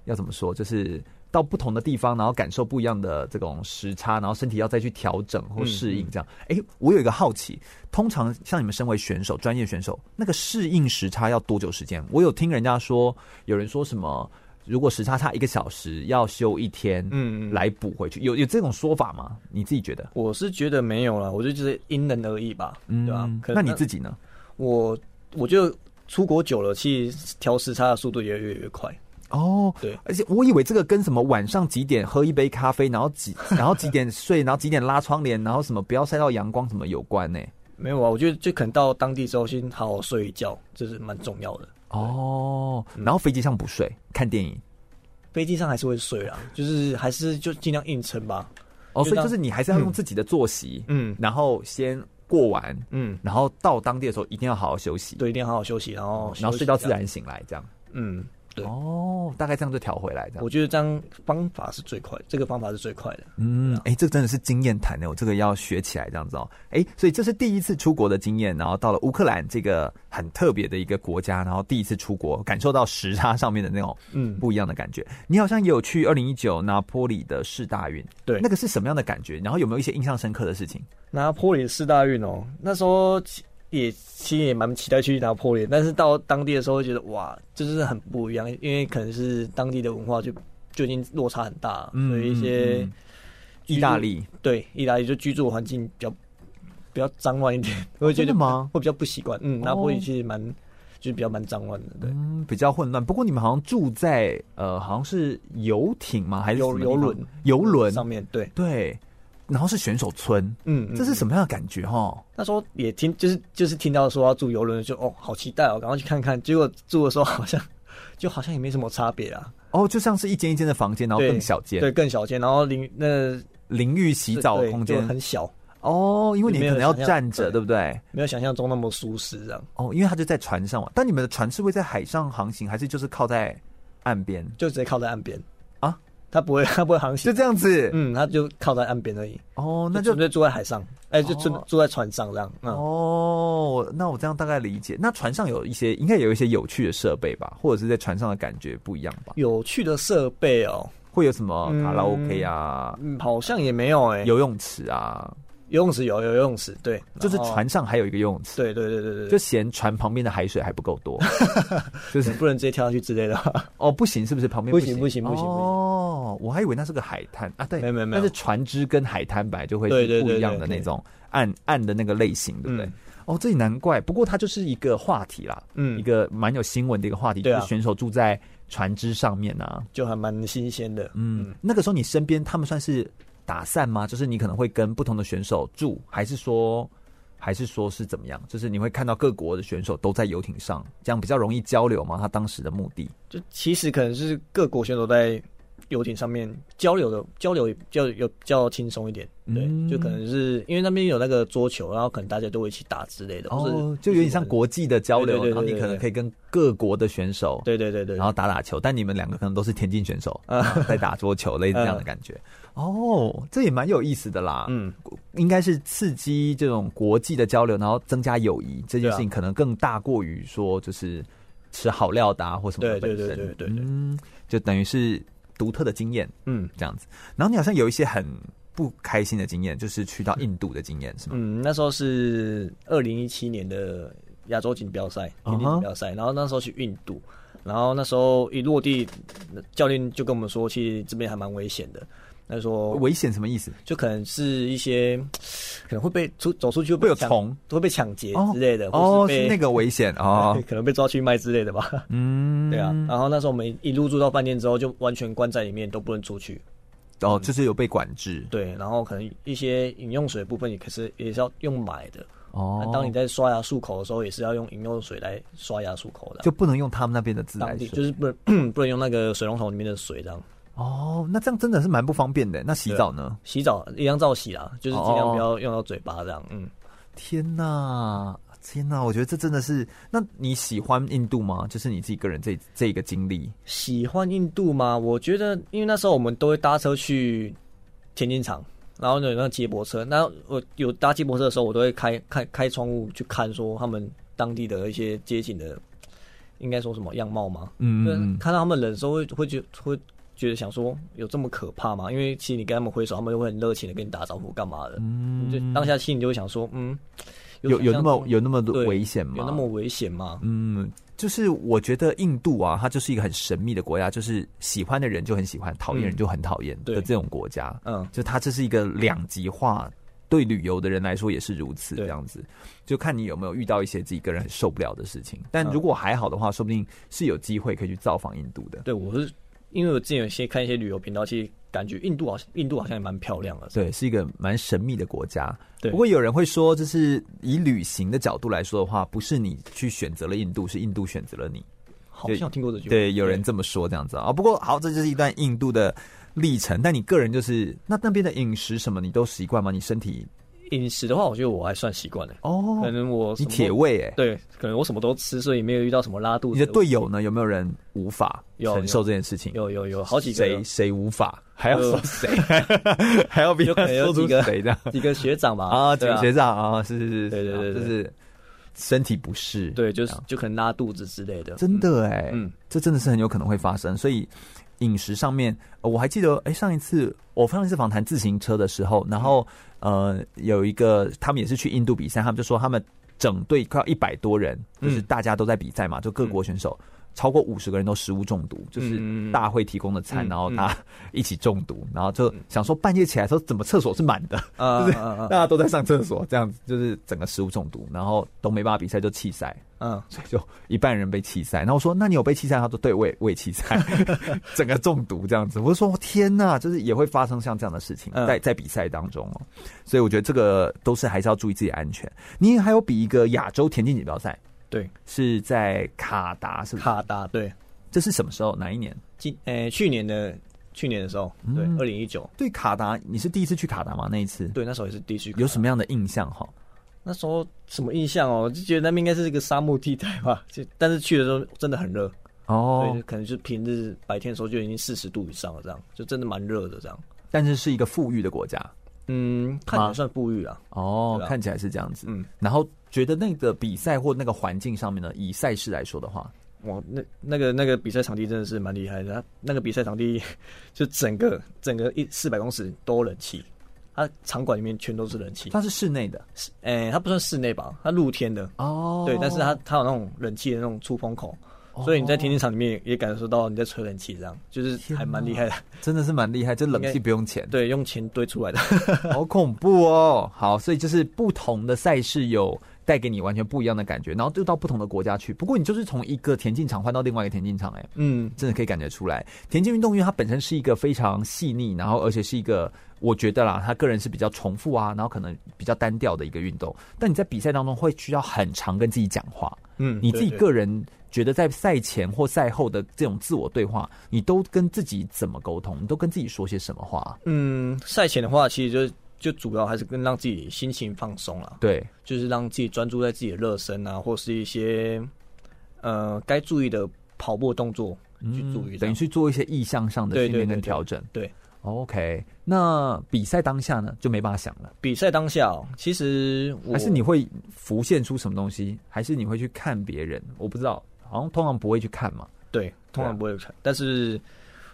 S1: 要怎么说，就是到不同的地方，然后感受不一样的这种时差，然后身体要再去调整或
S2: 嗯
S1: 适应这样。哎，我有一个好奇，通常像你们身为选手、专业选手，那个适应时差要多久时间？我有听人家说，有人说什么，如果时差差一个小时，要休一天，
S2: 嗯嗯
S1: 来补回去，有有这种说法吗？你自己觉得？
S2: 我是觉得没有了，我就觉得因人而异吧，对吧、可
S1: 那你自
S2: 己
S1: 己呢？
S2: 我我就出国久了，其实调时差的速度也越来越快。
S1: 哦，
S2: 对
S1: 而且我以为这个跟什么晚上几点喝一杯咖啡，然后几 然后几点睡，然后几点拉窗帘，然后什么不要晒到阳光什么有关 呢、
S2: 没有啊，我觉得就可能到当地之后先好好睡一觉，这是蛮重要的。
S1: 哦，
S2: 嗯
S1: 然后飞机上不睡，看电影。
S2: 飞机上还是会睡啊， 就是还是就尽量硬撑吧。
S1: 哦，
S2: 就
S1: 所以
S2: 当
S1: 就是你还是要用自己的作息，
S2: 嗯
S1: 然后先过完，
S2: 嗯，
S1: 然后到当地的时候一定要好好休息，，
S2: 对，一定要好好休息，然后
S1: 然后
S2: 休息
S1: 睡到自。然醒来这样。
S2: 嗯，对，
S1: 哦，大概这样就调回来这样
S2: 我。觉得这样方法是最快，这个方法是最快的。
S1: 嗯，哎、这真的是经验谈呢，我这个要学起来这样子哦。哎、所以这是第一次出国的经验，然后到了乌克兰这个很特别的一个国家，然后第一次出国，感受到时差上面的那种
S2: 嗯
S1: 不一样的感觉。你好像也有去二零一九拿坡里的世大运，
S2: 对
S1: 那个是什么样的感觉？然后有没有一些印象深刻的事情？
S2: 拿破里四大运哦，那时候也其实也蛮期待去拿破里，但是到当地的时候会觉得哇，就是很不一样，因为可能是当地的文化就就已经落差很大，
S1: 嗯
S2: 所以一些
S1: 嗯嗯意大利
S2: 对意大利就居住环境比较比较脏乱一点，我会觉
S1: 哦真的
S2: 得
S1: 吗哦
S2: 会比较不习惯。嗯，拿坡里其实蛮就是比较蛮脏乱的，对。
S1: 嗯比较混乱。不过你们好像住在呃，好像是游艇吗？还是
S2: 游
S1: 什么地方
S2: 游轮，
S1: 游轮
S2: 上面对，
S1: 对，然后是选手村，
S2: 嗯，
S1: 这是
S2: 么？
S1: 什么样的感觉哈？
S2: 那时候也听，就是就是听到说要住游轮，就哦，好期待哦，赶快去看看。结果住的时候好像就好像也没什么差别啊，
S1: 哦，就像是一间一间的房间，然后
S2: 对
S1: 更小间，
S2: 对，更小间，然后淋那
S1: 淋浴、洗澡
S2: 对
S1: 空
S2: 就
S1: 间
S2: 很小，
S1: 哦，因为你
S2: 里面
S1: 可能
S2: 有
S1: 要
S2: 想象
S1: 站着，
S2: 对
S1: 对不对？
S2: 没有想象中那么舒适这样。
S1: 哦，因为它就在船上嘛。但你们的船是会在海上航行，还是就是靠在岸边？
S2: 就直接靠在岸边
S1: 啊，
S2: 他不会，他不会航行，
S1: 就这样子？
S2: 嗯，他就靠在岸边而已，
S1: 哦，那就
S2: 纯粹住在海上，哎、就住
S1: 哦
S2: 住在船上这样，嗯，
S1: 哦，那我这样大概理解。那船上有一些，应该有一些有趣的设备吧，或者是在船上的感觉不一样吧？
S2: 有趣的设备哦，
S1: 会有什么
S2: 嗯
S1: 卡拉 OK 啊、
S2: 嗯，好像也没有哎、
S1: 游泳池啊，
S2: 游泳池有有游泳池，对，
S1: 就是
S2: 然后
S1: 船，上还有一个游泳池，
S2: 哦对对对对对，
S1: 就
S2: 对
S1: 嫌船旁边的海水还不够 多，就是
S2: 不能直接跳下去之类的，
S1: 哦，不行，是不是旁边
S2: 不
S1: 行
S2: 行不行不行不行
S1: 哦，我还以为那是个海滩啊，对，
S2: 没有没有没
S1: 但
S2: 有
S1: 是船只跟海滩本来就会
S2: 对对
S1: 是不
S2: 对
S1: 一样的
S2: 对
S1: 那
S2: 对
S1: 种暗暗的那个类型，对不对
S2: 嗯？
S1: 哦，这也难怪。不过它就是一个话题啦，
S2: 嗯
S1: 一个蛮有新闻的一个话题，
S2: 对
S1: 就
S2: 啊
S1: 是选手住在船只上面啊。
S2: 就还蛮新鲜的，
S1: 嗯，那个时候你身边他们算是打散吗？就是你可能会跟不同的选手住，还是说？还是说是怎么样？就是你会看到各国的选手都在游艇上，这样比较容易交流吗？他当时的目的
S2: 就其实可能是各国选手在游艇上面交流的交流也比较有比较轻松一点，对，
S1: 嗯
S2: 就可能是因为那边有那个桌球，然后可能大家都会一起打之类的，或是
S1: 哦，就有点像国际的交流，
S2: 对对对对
S1: 然后你可能可以跟各国的选手，
S2: 对对对对，
S1: 然后打打球，但你们两个可能都是田径选 手，在打桌球类似这样的感觉。哦，这也蛮有意思的啦。
S2: 嗯，
S1: 应该是刺激这种国际的交流，然后增加友谊这件
S2: 对啊
S1: 事情，可能更大过于说就是吃好料的啊或什么的
S2: 对
S1: 本
S2: 对
S1: 身。
S2: 对对对对
S1: 嗯，就等于是独特的经验
S2: 嗯
S1: 这样子。然后你好像有一些很不开心的经验，就是去到印度的经验是吗？
S2: 嗯，那时候是二零一七年的亚洲锦标赛，
S1: 嗯哼
S2: 田径锦标赛，然后那时候去印度，然后那时候一落地，教练就跟我们说，其实这边还蛮危险的。他说，
S1: 危险什么意思？
S2: 就可能是一些可能会被出走出去会
S1: 会有
S2: 抢
S1: 虫，
S2: 会被抢劫之类的，
S1: 哦，
S2: 或
S1: 哦是
S2: 被，
S1: 那个危险哦
S2: 可能被抓去卖之类的吧。
S1: 嗯，
S2: 对啊，然后那时候我们一路住到饭店之后，就完全关在里面，都不能出去。
S1: 哦，就是有被管制，
S2: 对，然后可能一些饮用水的部分也可是也是要用买的。
S1: 哦
S2: 那，啊当你在刷牙漱口的时候，也是要用饮用水来刷牙漱口的。啊
S1: 就不能用他们那边的自
S2: 当
S1: 来
S2: 地
S1: 水，
S2: 就是不能 不能用那个水龙头里面的水这样。
S1: 哦，那这样真的是蛮不方便的。那洗澡呢？
S2: 洗澡一样照洗啦，就是尽量
S1: 哦
S2: 不要用到嘴巴这样。嗯，
S1: 天哪，天哪，我觉得这真的是，那你喜欢印度吗？就是你自己个人这这个经历，
S2: 喜欢印度吗？我觉得，因为那时候我们都会搭车去田径场，然后呢有那接驳车。那我有搭接驳车的时候，我都会开开开窗户去看，说他们当地的一些街景的，应该说什么样貌吗？
S1: 嗯
S2: 对
S1: 嗯，
S2: 看到他们人的时候会会觉会觉得想说有这么可怕吗？因为其实你跟他们挥手，他们就会很热情的跟你打招呼，干嘛的？嗯，就当下心里就会想说，嗯，
S1: 有有那
S2: 想象
S1: 么
S2: 中
S1: 有那么多
S2: 对
S1: 危险吗？
S2: 有那么危险吗？
S1: 嗯，就是我觉得印度啊，它就是一个很神秘的国家，就是喜欢的人就很喜欢，讨厌人就很讨厌的
S2: 嗯对
S1: 这种国家。
S2: 嗯
S1: 就它这是一个两极化，对旅游的人来说也是如此，
S2: 对
S1: 这样子。就看你有没有遇到一些自己个人很受不了的事情，
S2: 嗯
S1: 但如果还好的话，说不定是有机会可以去造访印度的。
S2: 对，我是因为我之前有些看一些旅游频道，其实感觉印度好像印度好像也蛮漂亮的。
S1: 对，是一个蛮神秘的国家。
S2: 对
S1: 不过有人会说，就是以旅行的角度来说的话，不是你去选择了印度，是印度选择了你。
S2: 好像有听过这句话。
S1: 对，有人这么说这样子啊、不过好，这就是一段印度的历程。但你个人就是那那边的饮食什么，你都习惯吗？你身体
S2: 饮食的话，我觉得我还算习惯了。
S1: 哦
S2: 可，能我什
S1: 你
S2: 么都
S1: 铁胃哎、
S2: 对，可能我什么都吃，所以没有遇到什么拉肚子。
S1: 你的队友呢？有没有人无法
S2: 有
S1: 承受这件事情？
S2: 有有有好几个
S1: 谁
S2: 有
S1: 谁无法？还要
S2: 呃
S1: 说谁？ 还要别
S2: 有可能
S1: 人说
S2: 有
S1: 出
S2: 几个
S1: 谁这样？
S2: 几个学长吧
S1: 啊，几
S2: 对
S1: 个学长啊，是是是，
S2: 对对对对
S1: 就是身体不适，
S2: 对，就是
S1: 这样
S2: 就可能拉肚子之类的。
S1: 真的哎、
S2: 嗯
S1: 这真的是很有可能会发生。所以饮食上面，呃我还记得，哎、上一次我上一次访谈自行车的时候，然后
S2: 嗯
S1: 呃，有一个他们也是去印度
S2: 嗯
S1: 比赛，他们就说他们整队快要一百多人，就是大家都在比赛嘛，就各国选手。超过五十个人都食物中毒，就是
S2: 嗯
S1: 大会提供的餐，
S2: 嗯
S1: 然后大家一起中毒，然后就想说半夜起来的时候怎么厕所是满的，
S2: 嗯
S1: 就是
S2: 嗯
S1: 大家都在上厕所，这样子就是整个食物中毒，然后都没办法比赛就弃赛，
S2: 嗯，
S1: 所以就一半人被弃赛。然后我说：“那你有被弃赛？”他说：“对，我也 我也弃赛，整个中毒这样子。”我就说：“天呐，就是也会发生像这样的事情
S2: 嗯
S1: 在在比赛当中哦。”所以我觉得这个都是还是要注意自己的安全。你还有比一个亚洲田径锦标赛
S2: 对，
S1: 是在卡达，是不是？
S2: 卡达对，
S1: 这是什么时候？哪一年？
S2: 今诶去年的去年的时候，对，
S1: 嗯
S2: 二零一九，
S1: 对卡达，你是第一次去卡达吗？那一次
S2: 对，那时候也是地区
S1: 有什么样的印象哈？
S2: 那时候什么印象哦？就觉得那边应该是一个沙漠地带吧， 就但是去的时候真的很热，
S1: 哦
S2: 对，，可能就平日白天的时候就已经四十度以上了，这样就真的蛮热的这样。
S1: 但是是一个富裕的国家
S2: 嗯，看起来算富裕啊，
S1: 哦
S2: 对，啊
S1: 看起来是这样子。
S2: 嗯
S1: 然后觉得那个比赛或那个环境上面呢，以赛事来说的话，
S2: 哇，那那个那个比赛场地真的是蛮厉害的，它那个比赛场地 就整个整个一四百公尺都有冷气，它场馆里面全都是冷气，
S1: 它是室内的
S2: 诶、它不算室内吧，它露天的，
S1: 哦
S2: 对，但是它它有那种冷气的那种出风口，所以你在田径场里面也感受到你在吹冷气，这样就是还蛮厉害的，
S1: 真的是蛮厉害，这冷
S2: 应
S1: 气
S2: 该
S1: 不用钱，
S2: 对，用钱堆出来 的，
S1: 好恐怖哦。好，所以就是不同的赛事有带给你完全不一样的感觉，然后就到不同的国家去。不过你就是从一个田径场换到另外一个田径场、哎，
S2: 嗯，
S1: 真的可以感觉出来，田径运动员它本身是一个非常细腻，然后而且是一个我觉得啦，他个人是比较重复啊，然后可能比较单调的一个运动。但你在比赛当中会需要很常跟自己讲话，
S2: 嗯
S1: 你自己
S2: 对对
S1: 个人觉得在赛前或赛后的这种自我对话，你都跟自己怎么沟通？你都跟自己说些什么话？
S2: 嗯，赛前的话，其实就就主要还是跟让自己心情放松啦，
S1: 对，
S2: 就是让自己专注在自己的热身啊，或是一些呃该注意的跑步动作去注意
S1: 嗯
S2: 这样、
S1: 等于去做一些意向上的
S2: 对
S1: 训练
S2: 对
S1: 跟
S2: 对
S1: 调整。哦
S2: 对
S1: OK，那比赛当下呢就没办法想了，
S2: 比赛当下、哦，其实我
S1: 还是你会浮现出什么东西？还是你会去看别人？我不知道，好像通常不会去看嘛。
S2: 对，
S1: 对
S2: 通
S1: 啊
S2: 常不会看，但是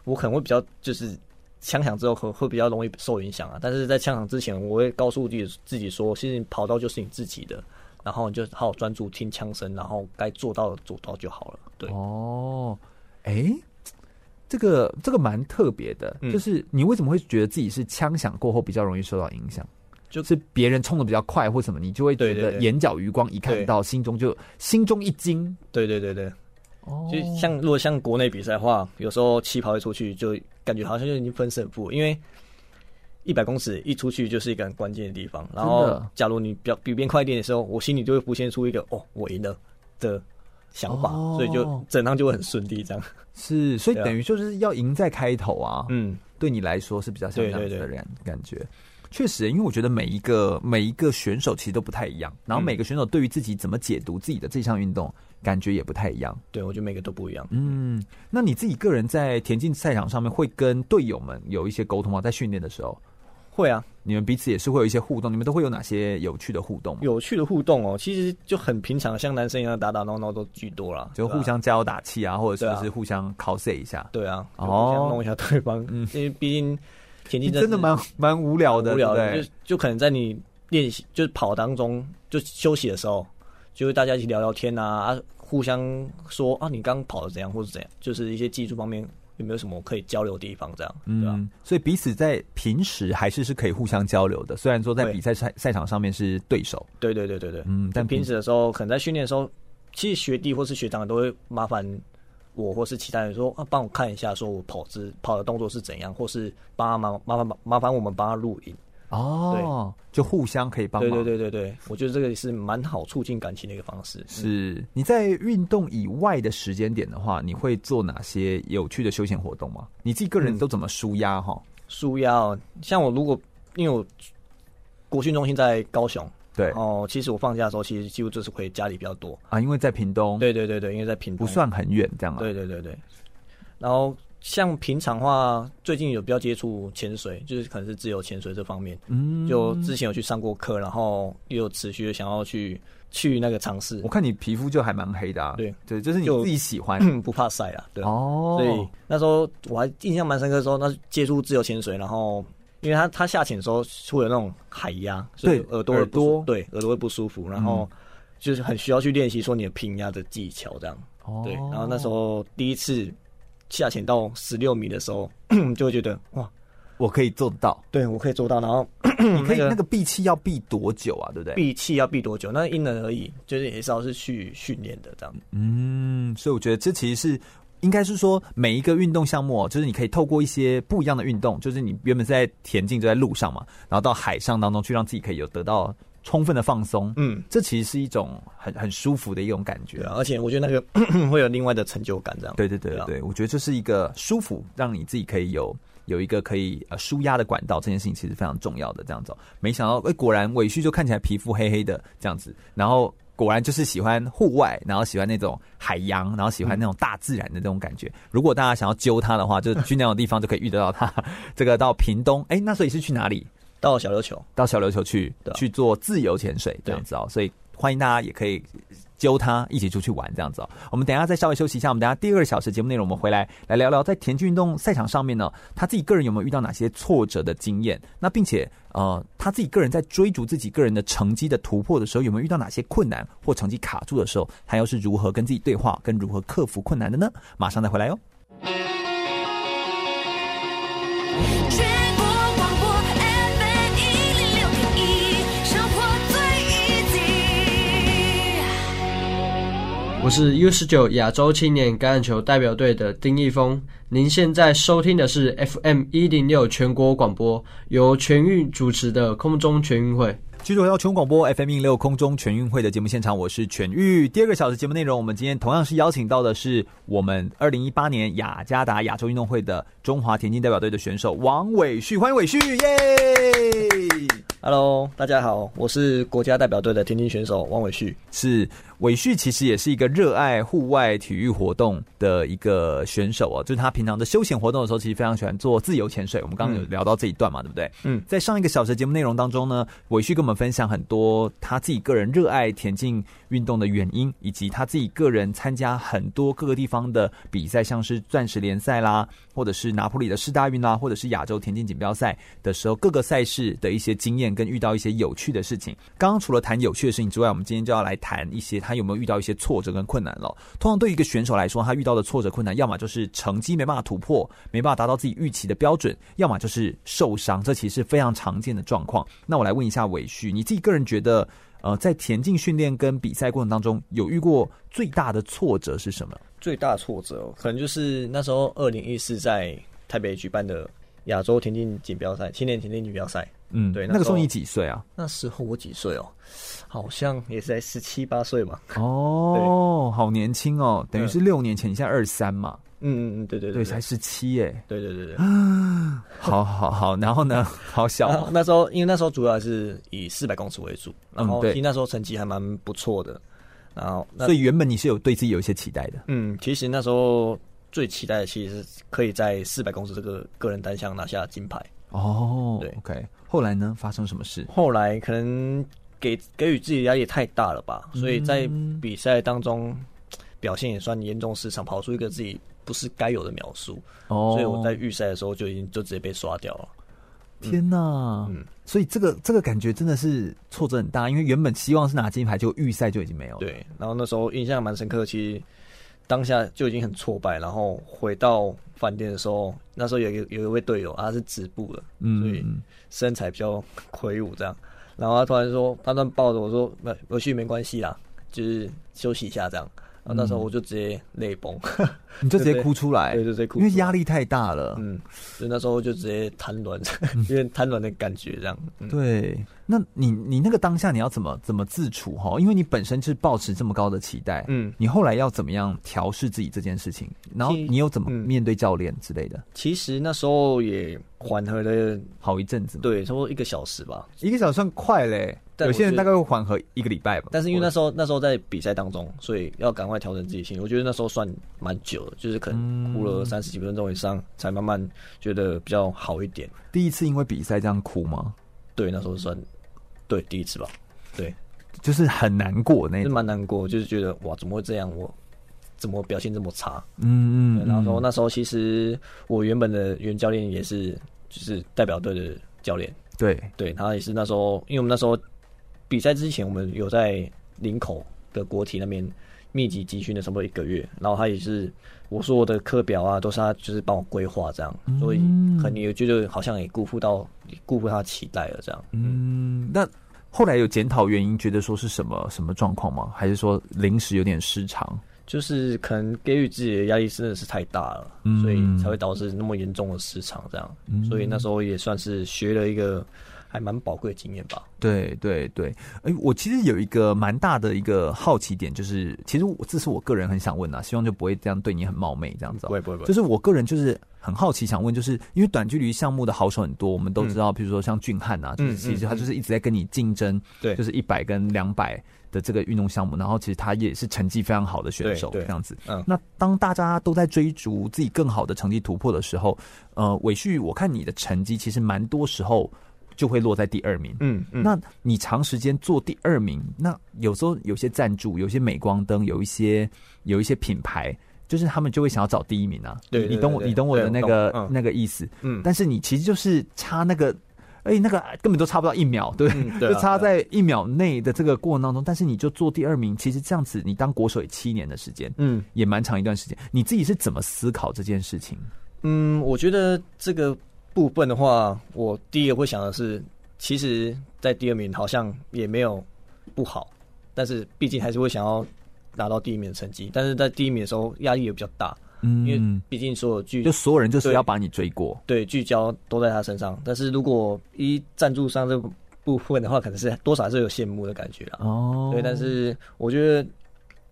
S2: 我可能会比较就是枪响之后会会比较容易受影响啊。但是在枪响之前，我会告诉自己自己说，其实你跑道就是你自己的，然后你就好好专注听枪声，然后该做到的做到就好了。对，
S1: 哦，哎、这个这个蛮特别的，
S2: 嗯
S1: 就是你为什么会觉得自己是枪响过后比较容易受到影响？
S2: 就
S1: 就是别人冲的比较快或什么，你就会觉
S2: 对
S1: 得
S2: 对对
S1: 眼角余光一看到，心中就心中一惊。
S2: 对对对对。
S1: 哦
S2: 就像如果像国内比赛的话，有时候起跑一出去，就感觉好像就已经分胜负，因为一百公尺一出去就是一个很关键的地方。
S1: 真
S2: 然后
S1: 的，
S2: 假如你比较比别人快一点的时候，我心里就会浮现出一个哦，我赢了的想法，
S1: 哦
S2: 所以就整趟就会很顺利这样。
S1: 是，所以
S2: 对啊
S1: 等于就是要赢在开头啊。
S2: 嗯，
S1: 对你来说是比较像这
S2: 对
S1: 样
S2: 对
S1: 子的
S2: 对
S1: 人感觉。确实，因为我觉得每一个每一个选手其实都不太一样，然
S2: 嗯
S1: 后每个选手对于自己怎么解读自己的这项运动，感觉也不太一样。
S2: 对，我觉得每个都不一样。
S1: 嗯，那你自己个人在田径赛场上面会跟队友们有一些沟通吗？在训练的时候，
S2: 会啊，
S1: 你们彼此也是会有一些互动，你们都会有哪些有趣的互动吗？
S2: 有趣的互动哦，其实就很平常，像男生一样打打闹闹都居多啦，
S1: 就
S2: 对啊
S1: 互相加油打气啊，或者
S2: 对
S1: 是
S2: 啊
S1: 不是互相 cos 一下？
S2: 对啊，
S1: 哦嗯
S2: 就互相弄一下对方，因为毕竟田径
S1: 真的
S2: 是
S1: 蛮蛮无聊的，
S2: 无聊
S1: 对不
S2: 的，
S1: 对
S2: 就就可能在你练习就是跑当中，就休息的时候，就是大家一起聊聊天啊，啊互相说啊，你刚跑的怎样，或者怎样，就是一些技术方面有没有什么可以交流的地方，这样，对啊吧、
S1: 嗯，所以彼此在平时还是是可以互相交流的，虽然说在
S2: 会
S1: 比赛赛赛场上面是对手，
S2: 对对对对对，
S1: 嗯但
S2: 就平
S1: 平
S2: 时的时候，可能在训练的时候，其实学弟或是学长都会麻烦。我或是其他人说啊，帮我看一下，说我跑姿跑的动作是怎样，或是帮他忙麻烦麻烦我们帮他录影。
S1: 哦，就互相可以帮
S2: 对
S1: 忙。
S2: 对对对对，我觉得这个也是蛮好促进感情的一个方式。
S1: 是你在运动以外的时间点的话，你会做哪些有趣的休闲活动吗？你自己个人
S2: 嗯
S1: 都怎么舒压哈？
S2: 舒压哦，像我如果因为我国训中心在高雄，
S1: 对
S2: 哦，其实我放假的时候其实几乎就是回家里比较多。
S1: 啊，因为在屏东，
S2: 对对对对，因为在屏
S1: 不
S2: 东，
S1: 算很远，这样啊。
S2: 对对对对。然后像平常的话，最近有比较接触潜水，就是可能是自由潜水这方面。
S1: 嗯
S2: 就之前有去上过课，然后也有持续地想要去去那个尝试
S1: 我，看你皮肤就还蛮黑的啊。
S2: 对
S1: 对，就是你
S2: 就
S1: 自己喜欢
S2: 不怕晒啊，对啊
S1: 哦。
S2: 所以那时候我还印象蛮深刻的时候，那是接触自由潜水，然后因为他他下潜的时候会有那种海压，所以
S1: 对
S2: 耳朵
S1: 耳
S2: 会不舒
S1: 朵嗯
S2: 对耳朵会不舒服，然后就是很需要去练习说你的平压的技巧这样。
S1: 哦
S2: 对，然后那时候第一次下潜到十六米的时候， 就会觉得哇，
S1: 我可以做得到。
S2: 对我可以做到。然后
S1: 你可以
S2: 嗯那个
S1: 那个闭气要闭多久啊？对不对？
S2: 闭气要闭多久？那因人而异，就是也是要是去训练的这样。
S1: 嗯，所以我觉得这其实是。应该是说每一个运动项目、哦，就是你可以透过一些不一样的运动，就是你原本是在田径就在路上嘛，然后到海上当中去，让自己可以有得到充分的放松。
S2: 嗯，
S1: 这其实是一种很很舒服的一种感觉
S2: 对啊，而且我觉得那个 会有另外的成就感这样。
S1: 对对对
S2: 啊
S1: 对，我觉得这是一个舒服，让你自己可以有有一个可以呃舒压的管道，这件事情其实非常重要的。这样子哦，没想到哎、果然尾旭就看起来皮肤黑黑的这样子，然后果然就是喜欢户外，然后喜欢那种海洋，然后喜欢那种大自然的这种感觉。如果大家想要揪他的话，就是去那种地方就可以遇得到他。 这个到屏东，哎、那所以是去哪里？
S2: 到小琉球，
S1: 到小琉球去
S2: 对啊
S1: 去做自由潜水这样子哦，所以欢迎大家也可以揪他一起出去玩这样子哦。我们等一下再稍微休息一下，我们等一下第二个小时节目内容，我们回来来聊聊在田径运动赛场上面呢，他自己个人有没有遇到哪些挫折的经验？那并且呃，他自己个人在追逐自己个人的成绩的突破的时候，有没有遇到哪些困难或成绩卡住的时候，他又是如何跟自己对话，跟如何克服困难的呢？马上再回来哟、
S3: 全国广播 FM 一零六点一，生活最 easy。
S7: 我是 U 十九亚洲青年橄榄球代表队的丁义峰。您现在收听的是 FM 一零六全国广播，由全运主持的空中全运会。
S1: 继续回到全国广播 FM 一六空中全运会的节目现场，我是全玉。第二个小时节目内容，我们今天同样是邀请到的是我们二零一八年雅加达亚洲运动会的中华田径代表队的选手王伟旭，欢迎伟旭，耶！
S2: Hello，大家好，我是国家代表队的田径选手王伟旭。
S1: 是韦旭，其实也是一个热爱户外体育活动的一个选手哦。就是他平常的休闲活动的时候，其实非常喜欢做自由潜水。我们刚刚有聊到这一段嘛，对不对？
S2: 嗯
S1: 在上一个小时的节目内容当中呢，韦旭跟我们分享很多他自己个人热爱田径运动的原因，以及他自己个人参加很多各个地方的比赛，像是钻石联赛啦，或者是拿破里的世大运啊啦，或者是亚洲田径锦标赛的时候，各个赛事的一些经验跟遇到一些有趣的事情。刚刚除了谈有趣的事情之外，我们今天就要来谈一些他有没有遇到一些挫折跟困难了。通常对于一个选手来说，他遇到的挫折困难，要么就是成绩没办法突破，没办法达到自己预期的标准，要么就是受伤，这其实是非常常见的状况。那我来问一下韦旭，你自己个人觉得，呃，在田径训练跟比赛过程当中，有遇过最大的挫折是什么？
S2: 最大挫折哦可能就是那时候二零一四在台北举办的亚洲田径锦标赛，青年田径锦标赛。
S1: 嗯，
S2: 对
S1: 那个时候
S2: 那时候
S1: 你几岁 啊？
S2: 那时候我几岁哦？好像也是才十七八岁吧。
S1: 哦，好年轻哦，等于是六年前，你现在二三嘛，
S2: 嗯嗯嗯，对对
S1: 对，
S2: 对
S1: 才十七耶，
S2: 对对对对。
S1: 好好好，然后呢， 好小
S2: 然后
S1: 哦，
S2: 那时候，因为那时候主要还是以四百公尺为主，然
S1: 嗯
S2: 后
S1: 对
S2: 其实那时候成绩还蛮不错的。然后那，
S1: 所以原本你是有对自己有一些期待的，
S2: 嗯，其实那时候最期待的其实是可以在四百公尺这个个人单项拿下金牌。
S1: 哦，
S2: 对
S1: ，OK，后来呢，发生什么事？
S2: 后来可能给给予自己的压力也太大了吧，所以在比赛当中表现也算严重失常，跑出一个自己不是该有的描述，
S1: 哦，
S2: 所以我在嗯预赛的时候就已经就直接被刷掉了。
S1: 天呐，
S2: 嗯
S1: 所以这个这个感觉真的是挫折很大，因为原本希望是拿金牌，结果预赛就已经没有了。，
S2: 对，然后那时候印象蛮深刻，其实当下就已经很挫败，然后回到饭店的时候，那时候有一个有一位队友，他是止步的，所以
S1: 嗯，
S2: 身材比较魁梧这样，然后他突然说，他突然抱着我说，没我去没关系啦，就是休息一下这样。然后那时候我就直接泪崩，
S1: 你就直接哭出来，
S2: 对对对哭
S1: 因为
S2: 出来
S1: 压力太大了。
S2: 嗯，所以那时候就直接瘫 软，有点瘫软的感觉这样。嗯，
S1: 对，那你你那个当下你要怎么怎么自处哈？因为你本身就是抱持这么高的期待，
S2: 嗯
S1: 你后来要怎么样调试自己这件事情？然后
S2: 其实
S1: 你又怎么
S2: 嗯
S1: 面对教练之类的？
S2: 其实那时候也缓和了，
S1: 好一阵子，，
S2: 对，差不多一个小时吧。
S1: 一个小时算快嘞，
S2: 但
S1: 有
S2: 我
S1: 些人
S2: 觉
S1: 大
S2: 得
S1: 概会缓和一个礼拜吧。
S2: 但是因为
S1: 我
S2: 那时候那时候在比赛当中，所以要赶快调整自己心情。我觉得那时候算蛮久的，就是可能哭了三十几分钟以上，才慢慢觉得比较好一点。
S1: 第一次因为比赛这样哭吗？
S2: 对，那时候算对第一次吧，对，
S1: 就是很难过那
S2: 是
S1: 种，
S2: 蛮难过，就是觉得哇，怎么会这样？我怎么表现这么差？
S1: 嗯
S2: 对
S1: 嗯，
S2: 然后
S1: 嗯
S2: 说那时候其实我原本的原教练也是就是代表队的教练，
S1: 对，
S2: 对他也是那时候，因为我们那时候比赛之前，我们有在林口的国体那边密集集训的差不多一个月，然后他也是我说我的课表啊，都是他就是帮我规划这样，
S1: 嗯
S2: 所以可能也觉得好像也辜负到辜负他的期待了这样。
S1: 嗯，那后来有检讨原因，觉得说是什么什么状况吗？还是说临时有点失常？
S2: 就是可能给予自己的压力真的是太大了，
S1: 嗯
S2: 所以才会导致那么严重的失常这样。所以那时候也算是学了一个还蛮宝贵的经验吧。
S1: 对对对，哎、我其实有一个蛮大的一个好奇点，就是其实我这是我个人很想问啊，希望就不会这样对你很冒昧这样子哦、
S2: 不会不会不会
S1: 就是我个人就是很好奇，想问，就是因为短距离项目的好手很多，我们都知道，比如说像俊汉啊，就是
S2: 嗯
S1: 其实
S2: 嗯
S1: 他就是一直在跟你竞争，
S2: 对
S1: 就是一百跟两百的这个运动项目，然后其实他也是成绩非常好的选手
S2: 对
S1: 这
S2: 对
S1: 样子。
S2: 嗯
S1: 那当大家都在追逐自己更好的成绩突破的时候，呃，伟旭，我看你的成绩其实蛮多时候就会落在第二名，
S2: 嗯嗯
S1: 那你长时间做第二名，那有时候有些赞助，有些镁光灯，有一些有一些品牌，就是他们就会想要找第一名啊。
S2: 对
S1: 你
S2: 对
S1: 你懂我，
S2: 对对
S1: 你懂我的那
S2: 对
S1: 个、
S2: 我懂嗯
S1: 那个意思。
S2: 嗯
S1: 但是你其实就是差那个，哎、那个根本都差不到一秒，对不对？
S2: 嗯对啊
S1: 就差在一秒内的这个过程当中，但是你就做第二名，其实这样子，你当国手也七年的时间，
S2: 嗯
S1: 也蛮长一段时间。你自己是怎么思考这件事情？
S2: 嗯，我觉得这个部分的话，我第一个会想的是，其实，在第二名好像也没有不好，但是毕竟还是会想要拿到第一名的成绩。但是在第一名的时候，压力也比较大，因为
S1: 嗯，
S2: 毕竟所有聚
S1: 就所有人就是
S2: 对
S1: 要把你追过。
S2: 对聚焦都在他身上。但是如果一赞助商这部分的话，可能是多少还是有羡慕的感觉啦。
S1: 哦，
S2: 对，但是我觉得，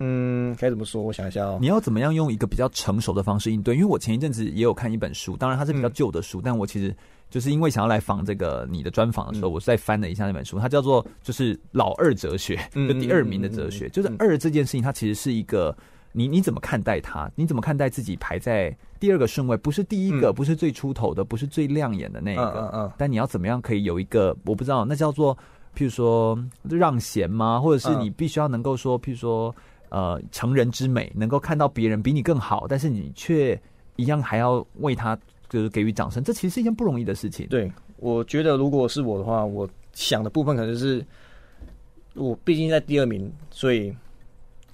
S2: 嗯，该怎么说？我想一下哦。
S1: 你要怎么样用一个比较成熟的方式应对？因为我前一阵子也有看一本书，当然它是比较
S2: 嗯
S1: 旧的书，但我其实就是因为想要来访这个你的专访的时候，我再翻了一下那本书，它叫做就是老二哲学，
S2: 嗯
S1: 就第二名的哲学，
S2: 嗯嗯嗯
S1: 就是二这件事情，它其实是一个。你你怎么看待它？你怎么看待自己排在第二个顺位？不是第一个，
S2: 嗯
S1: 不是最出头的，不是最亮眼的那一个。
S2: 嗯嗯嗯
S1: 但你要怎么样可以有一个？我不知道，那叫做譬如说让贤吗？或者是
S2: 嗯
S1: 你必须要能够说，譬如说呃成人之美，能够看到别人比你更好，但是你却一样还要为他就是给予掌声，这其实是一件不容易的事情。，
S2: 对，我觉得如果是我的话，我想的部分可能就是我毕竟在第二名，所以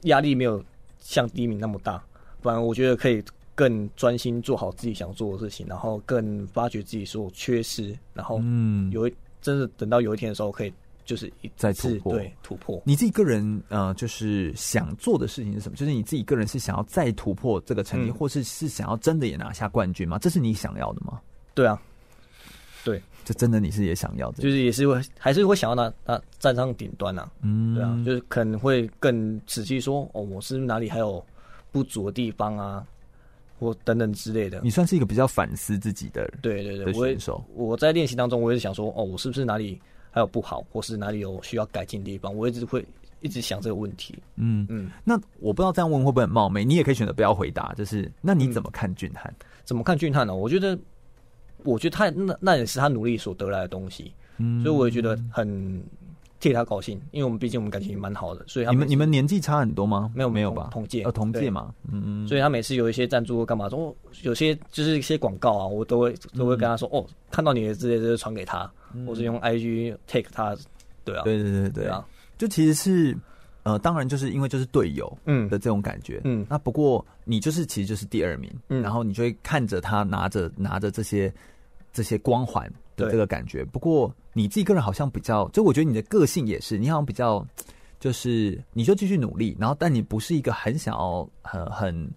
S2: 压力没有像第一名那么大。反而我觉得可以更专心做好自己想做的事情，然后更发掘自己所缺失，然后
S1: 嗯，
S2: 有一真的等到有一天的时候，可以就是一
S1: 再突
S2: 次
S1: 破
S2: 对突破。
S1: 你自己个人呃，就是想做的事情是什么？就是你自己个人是想要再突破这个成绩，
S2: 嗯
S1: 或是是想要真的也拿下冠军吗？这是你想要的吗？
S2: 对啊，
S1: 这真的你是也想要的？
S2: 就是也是会还是会想要拿拿站上顶端啊。
S1: 嗯，
S2: 对啊，就是可能会更仔细说，哦，我是哪里还有不足的地方啊，或等等之类的
S1: 你。算是一个比较反思自己的人。
S2: 对对
S1: 的
S2: 对，我也
S1: 选手
S2: 我在练习当中，我也是想说，哦，我是不是哪里还有不好，或是哪里有需要改进的地方？我一直会一直想这个问题。
S1: 嗯，
S2: 嗯，
S1: 那我不知道这样问会不会很冒昧，你也可以选择不要回答。就是那
S2: 嗯
S1: 你怎么看俊汉？
S2: 怎么看俊汉呢？我觉得，我觉得他那那也是他努力所得来的东西，
S1: 嗯
S2: 所以我也觉得很替他高兴，因为我们毕竟我们感情也蛮好的，所以他
S1: 你们
S2: 每次
S1: 你们年纪差很多吗？
S2: 没有
S1: 没有
S2: 同
S1: 吧？
S2: 同届
S1: 呃，同届
S2: 对
S1: 嘛，嗯，
S2: 所以他每次有一些赞助或干嘛，说哦有些就是一些广告啊，我都会都会跟他说、
S1: 嗯
S2: 哦，看到你的之类的就传给他，或是用 IG take 他，对啊，
S1: 对对对对
S2: 对啊，
S1: 就其实是呃，当然就是因为就是队友
S2: 嗯
S1: 的这种感觉，
S2: 嗯
S1: 那不过你就是其实就是第二名，
S2: 嗯
S1: 然后你就会看着他拿着拿着这些这些光环的
S2: 对
S1: 这个感觉。不过你自己个人好像比较，就我觉得你的个性也是，你好像比较就是你就继续努力，然后但你不是一个很想要很很。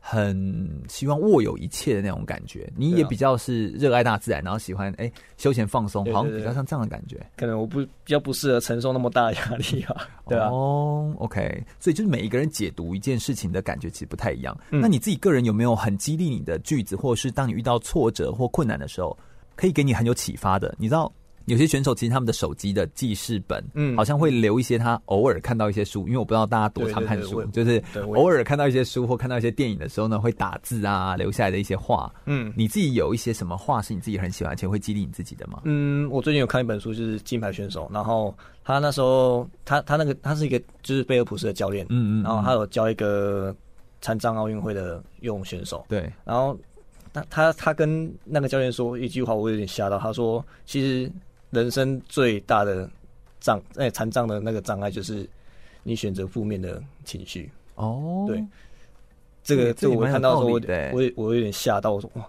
S1: 很希望握有一切的那种感觉，你
S2: 对
S1: 也
S2: 啊
S1: 比较是热爱大自然，然后喜欢哎、休闲放松，
S2: 对对
S1: 好像
S2: 对
S1: 比较像这样的感觉。
S2: 可能我不比较不适合承受那么大的压力吧，对啊，
S1: 哦、o k 所以就是每一个人解读一件事情的感觉其实不太一样。
S2: 嗯
S1: 那你自己个人有没有很激励你的句子，或者是当你遇到挫折或困难的时候，可以给你很有启发的？你知道有些选手其实他们的手机的记事本，嗯，
S2: 嗯
S1: 好像会留一些他偶尔看到一些书，因为我不知道大家多常看书，
S2: 对对
S1: 就
S2: 对我也对
S1: 是
S2: 我也
S1: 偶尔看到一些书或看到一些电影的时候呢，会打字啊，留下来的一些话。
S2: 嗯
S1: 你自己有一些什么话是你自己很喜欢而且会激励你自己的吗？
S2: 嗯，我最近有看一本书，就是《金牌选手》，然后他那时候他他那个他是一个就是贝尔普斯的教练，
S1: 嗯嗯嗯
S2: 然后他有教一个参战奥运会的游泳选手，
S1: 对，
S2: 然后他他他跟那个教练说一句话，我有点吓到。他说，其实人生最大的障，哎、残障的那个障碍就是你选择负面的情绪。
S1: 哦，
S2: 对这
S1: 这
S2: 个
S1: 个
S2: 这个
S1: 也
S2: 我
S1: 蛮有
S2: 看到的时候，
S1: 道
S2: 我
S1: 理的欸
S2: 我也我有点吓到，我说哇，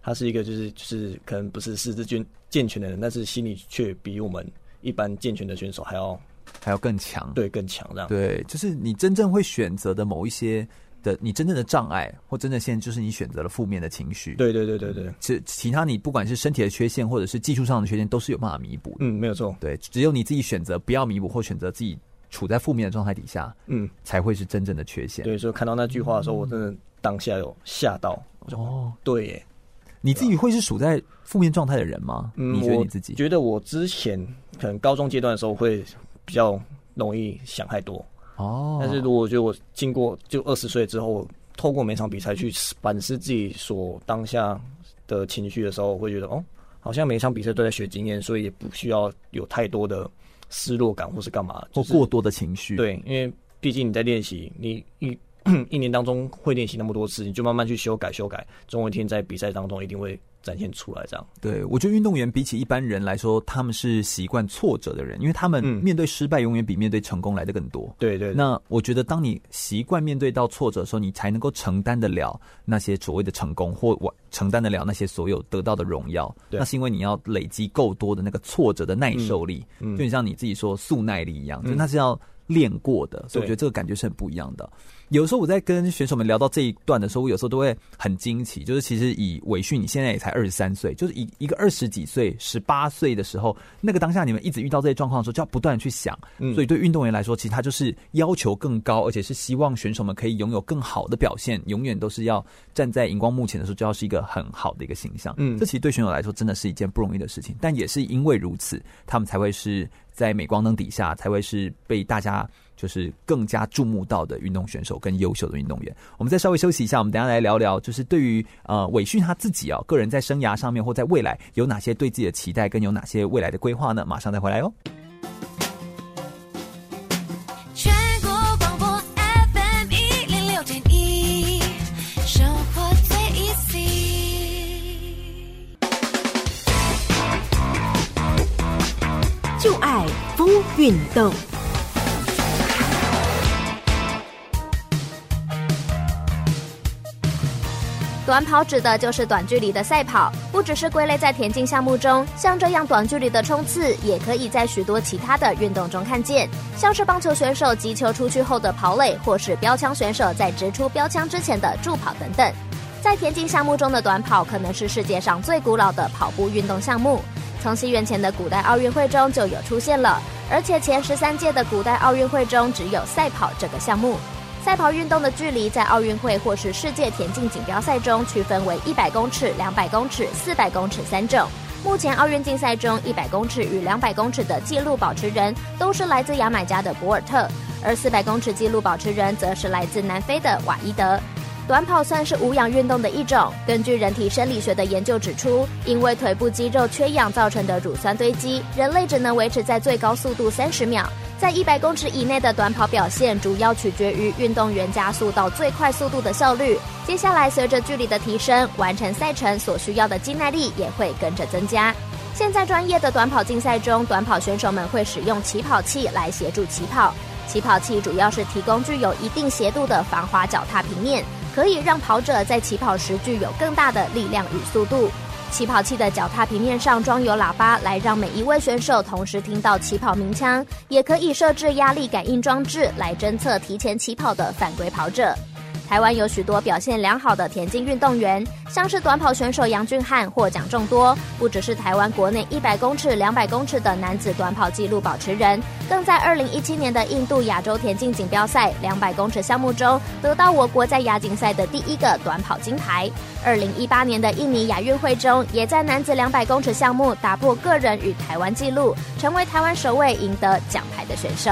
S2: 他是一个就是就是可能不是四肢健健全的人，但是心理却比我们一般健全的选手还要
S1: 还要更强。
S2: 对更强这样。
S1: 对，就是你真正会选择的某一些的，你真正的障碍或真正现在就是你选择了负面的情绪。，
S2: 对对对对对，
S1: 其其他你不管是身体的缺陷或者是技术上的缺陷，都是有办法弥补的。
S2: 嗯，没有错，
S1: 对，只有你自己选择不要弥补或选择自己处在负面的状态底下，
S2: 嗯，
S1: 才会是真正的缺陷。
S2: 对，所以看到那句话
S1: 嗯
S2: 的时候，我真的当下有吓到，我说
S1: 哦，
S2: 对耶，
S1: 你自己会是处在负面状态的人吗？
S2: 嗯，
S1: 你觉得
S2: 我
S1: 你自己？
S2: 觉得我之前可能高中阶段的时候会比较容易想太多，
S1: 哦，
S2: 但是如果我觉得我经过就二十岁之后，透过每场比赛去反思自己所当下的情绪的时候，我会觉得哦，好像每场比赛都在学经验，所以也不需要有太多的失落感或是干嘛，
S1: 或
S2: 就是
S1: 过多的情绪，，
S2: 对，因为毕竟你在练习，你一 一年当中会练习那么多次，你就慢慢去修改修改，总有一天在比赛当中一定会展现出来。这样，
S1: 对我觉得运动员比起一般人来说，他们是习惯挫折的人，因为他们
S2: 嗯
S1: 面对失败永远比面对成功来的更多。
S2: 对对
S1: 那我觉得，当你习惯面对到挫折的时候，你才能够承担得了那些所谓的成功，或我承担得了那些所有得到的荣耀。
S2: 对
S1: 那是因为你要累积够多的那个挫折的耐受力，
S2: 嗯
S1: 就像你自己说速耐力一样，就那是要练过的。所以我
S2: 对
S1: 觉得这个感觉是很不一样的。有时候我在跟选手们聊到这一段的时候，我有时候都会很惊奇，就是其实以伟训，你现在也才二十三岁，就是以一个二十几岁、十八岁的时候，那个当下你们一直遇到这些状况的时候，就要不断地去想。所以对运动员来说，其实他就是要求更高，而且是希望选手们可以拥有更好的表现，永远都是要站在荧光幕前的时候，就要是一个很好的一个形象。嗯，这其实对选手来说真的是一件不容易的事情，但也是因为如此，他们才会是在镁光灯底下，才会是被大家就是更加注目到的运动选手跟优秀的运动员。我们再稍微休息一下，我们等一下来聊聊，就是对于呃韦训他自己哦，个人在生涯上面或在未来有哪些对自己的期待，跟有哪些未来的规划呢？马上再回来哦。
S3: 全国广播 FM 一零六点一，生活最 easy。
S8: 就爱风运动。
S9: 短跑指的就是短距离的赛跑，不只是归类在田径项目中，像这样短距离的冲刺，也可以在许多其他的运动中看见，像是棒球选手击球出去后的跑垒，或是标枪选手在直出标枪之前的助跑等等。在田径项目中的短跑，可能是世界上最古老的跑步运动项目，从西元前的古代奥运会中就有出现了，而且前十三届的古代奥运会中只有赛跑这个项目。赛跑运动的距离在奥运会或是世界田径锦标赛中区分为一百公尺、两百公尺、四百公尺三种。目前奥运竞赛中，一百公尺与两百公尺的纪录保持人都是来自牙买加的博尔特，而四百公尺纪录保持人则是来自南非的瓦伊德。短跑算是无氧运动的一种。根据人体生理学的研究指出，因为腿部肌肉缺氧造成的乳酸堆积，人类只能维持在最高速度三十秒。在一百公尺以内的短跑表现，主要取决于运动员加速到最快速度的效率。接下来，随着距离的提升，完成赛程所需要的肌耐力也会跟着增加。现在专业的短跑竞赛中，短跑选手们会使用起跑器来协助起跑。起跑器主要是提供具有一定斜度的防滑脚踏平面，可以让跑者在起跑时具有更大的力量与速度。起跑器的脚踏平面上装有喇叭，来让每一位选手同时听到起跑鸣枪，也可以设置压力感应装置来侦测提前起跑的犯规跑者。台湾有许多表现良好的田径运动员，像是短跑选手杨俊翰获奖众多，不只是台湾国内一百公尺、两百公尺的男子短跑纪录保持人，更在二零一七年的印度亚洲田径锦标赛两百公尺项目中得到我国在亚锦赛的第一个短跑金牌。二零一八年的印尼亚运会中，也在男子两百公尺项目打破个人与台湾纪录，成为台湾首位赢得奖牌的选手。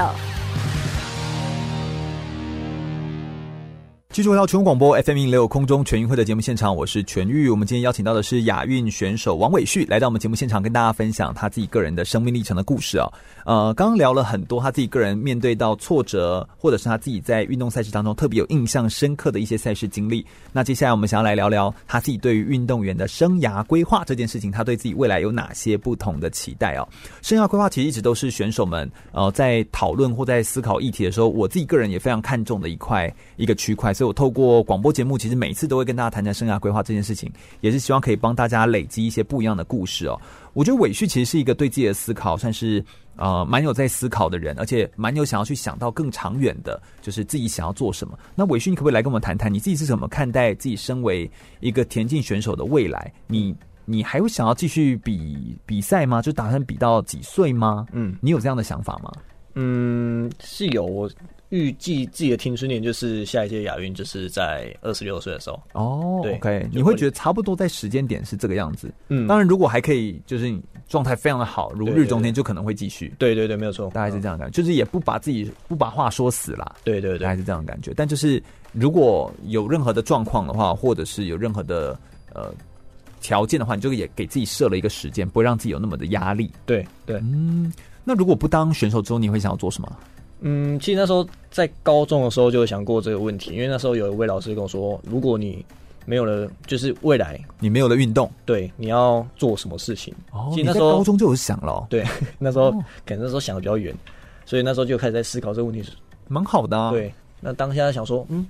S1: 继续回到全国广播 FM 零六空中全运会的节目现场，我是全玉。我们今天邀请到的是亚运选手王伟旭来到我们节目现场，跟大家分享他自己个人的生命历程的故事啊、呃，刚刚聊了很多他自己个人面对到挫折，或者是他自己在运动赛事当中特别有印象深刻的一些赛事经历。那接下来我们想要来聊聊他自己对于运动员的生涯规划这件事情，他对自己未来有哪些不同的期待哦？生涯规划其实一直都是选手们呃在讨论或在思考呃议题的时候，我自己个人也非常看重的一块一个区块，所以我透过广播节目，其实每一次都会跟大家谈谈生涯规划这件事情，也是希望可以帮大家累积一些不一样的故事哦。我觉得伟旭其实是一个对自己的思考算是呃蛮有在思考的人，而且蛮有想要去想到更长远的，就是自己想要做什么。那伟旭，你可不可以来跟我们谈谈你自己是怎么看待自己身为一个田径选手的未来？你你还会想要继续比比赛吗？就打算比到几岁吗？嗯，你有这样的想法吗？
S2: 嗯，是有。我预计自己的停损点就是下一届亚运，就是在二十六岁的时候。
S1: 哦
S2: 对
S1: ，OK，
S2: 就
S1: 你会觉得差不多在时间点是这个样子。
S2: 嗯
S1: 当然如果还可以，就是你状态非常的好，如
S2: 对
S1: 日
S2: 对
S1: 中天，
S2: 对
S1: 就可能会继续。
S2: 对对对，没有错。
S1: 大概是这样的感觉，就是也不把自己不把话说死啦，
S2: 对对对
S1: 大概是这样的感觉。但就是如果有任何的状况的话，或者是有任何的呃条件的话，你就也给自己设了一个时间，不会让自己有那么的压力。
S2: 对对，
S1: 嗯，那如果不当选手之后，你会想要做什么？
S2: 嗯，其实那时候在高中的时候就有想过这个问题，因为那时候有一位老师跟我说，如果你没有了，就是未来
S1: 你没有了运动，
S2: 对你要做什么事情。
S1: 哦
S2: 其
S1: 你
S2: 实那
S1: 在
S2: 时候
S1: 高中就有想了哦、
S2: 对，那时候、可能那时候想的比较远，所以那时候就开始在思考这个问题。
S1: 蛮好的啊。，
S2: 对，那当下想说，嗯，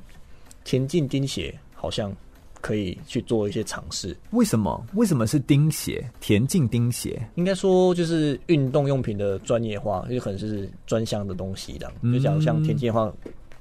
S2: 田径钉鞋好像可以去做一些尝试。
S1: 为什么？为什么是钉鞋？田径钉鞋？
S2: 应该说就是运动用品的专业化，就可能是专项的东西这样。
S1: 嗯
S2: 就假如像田径的话，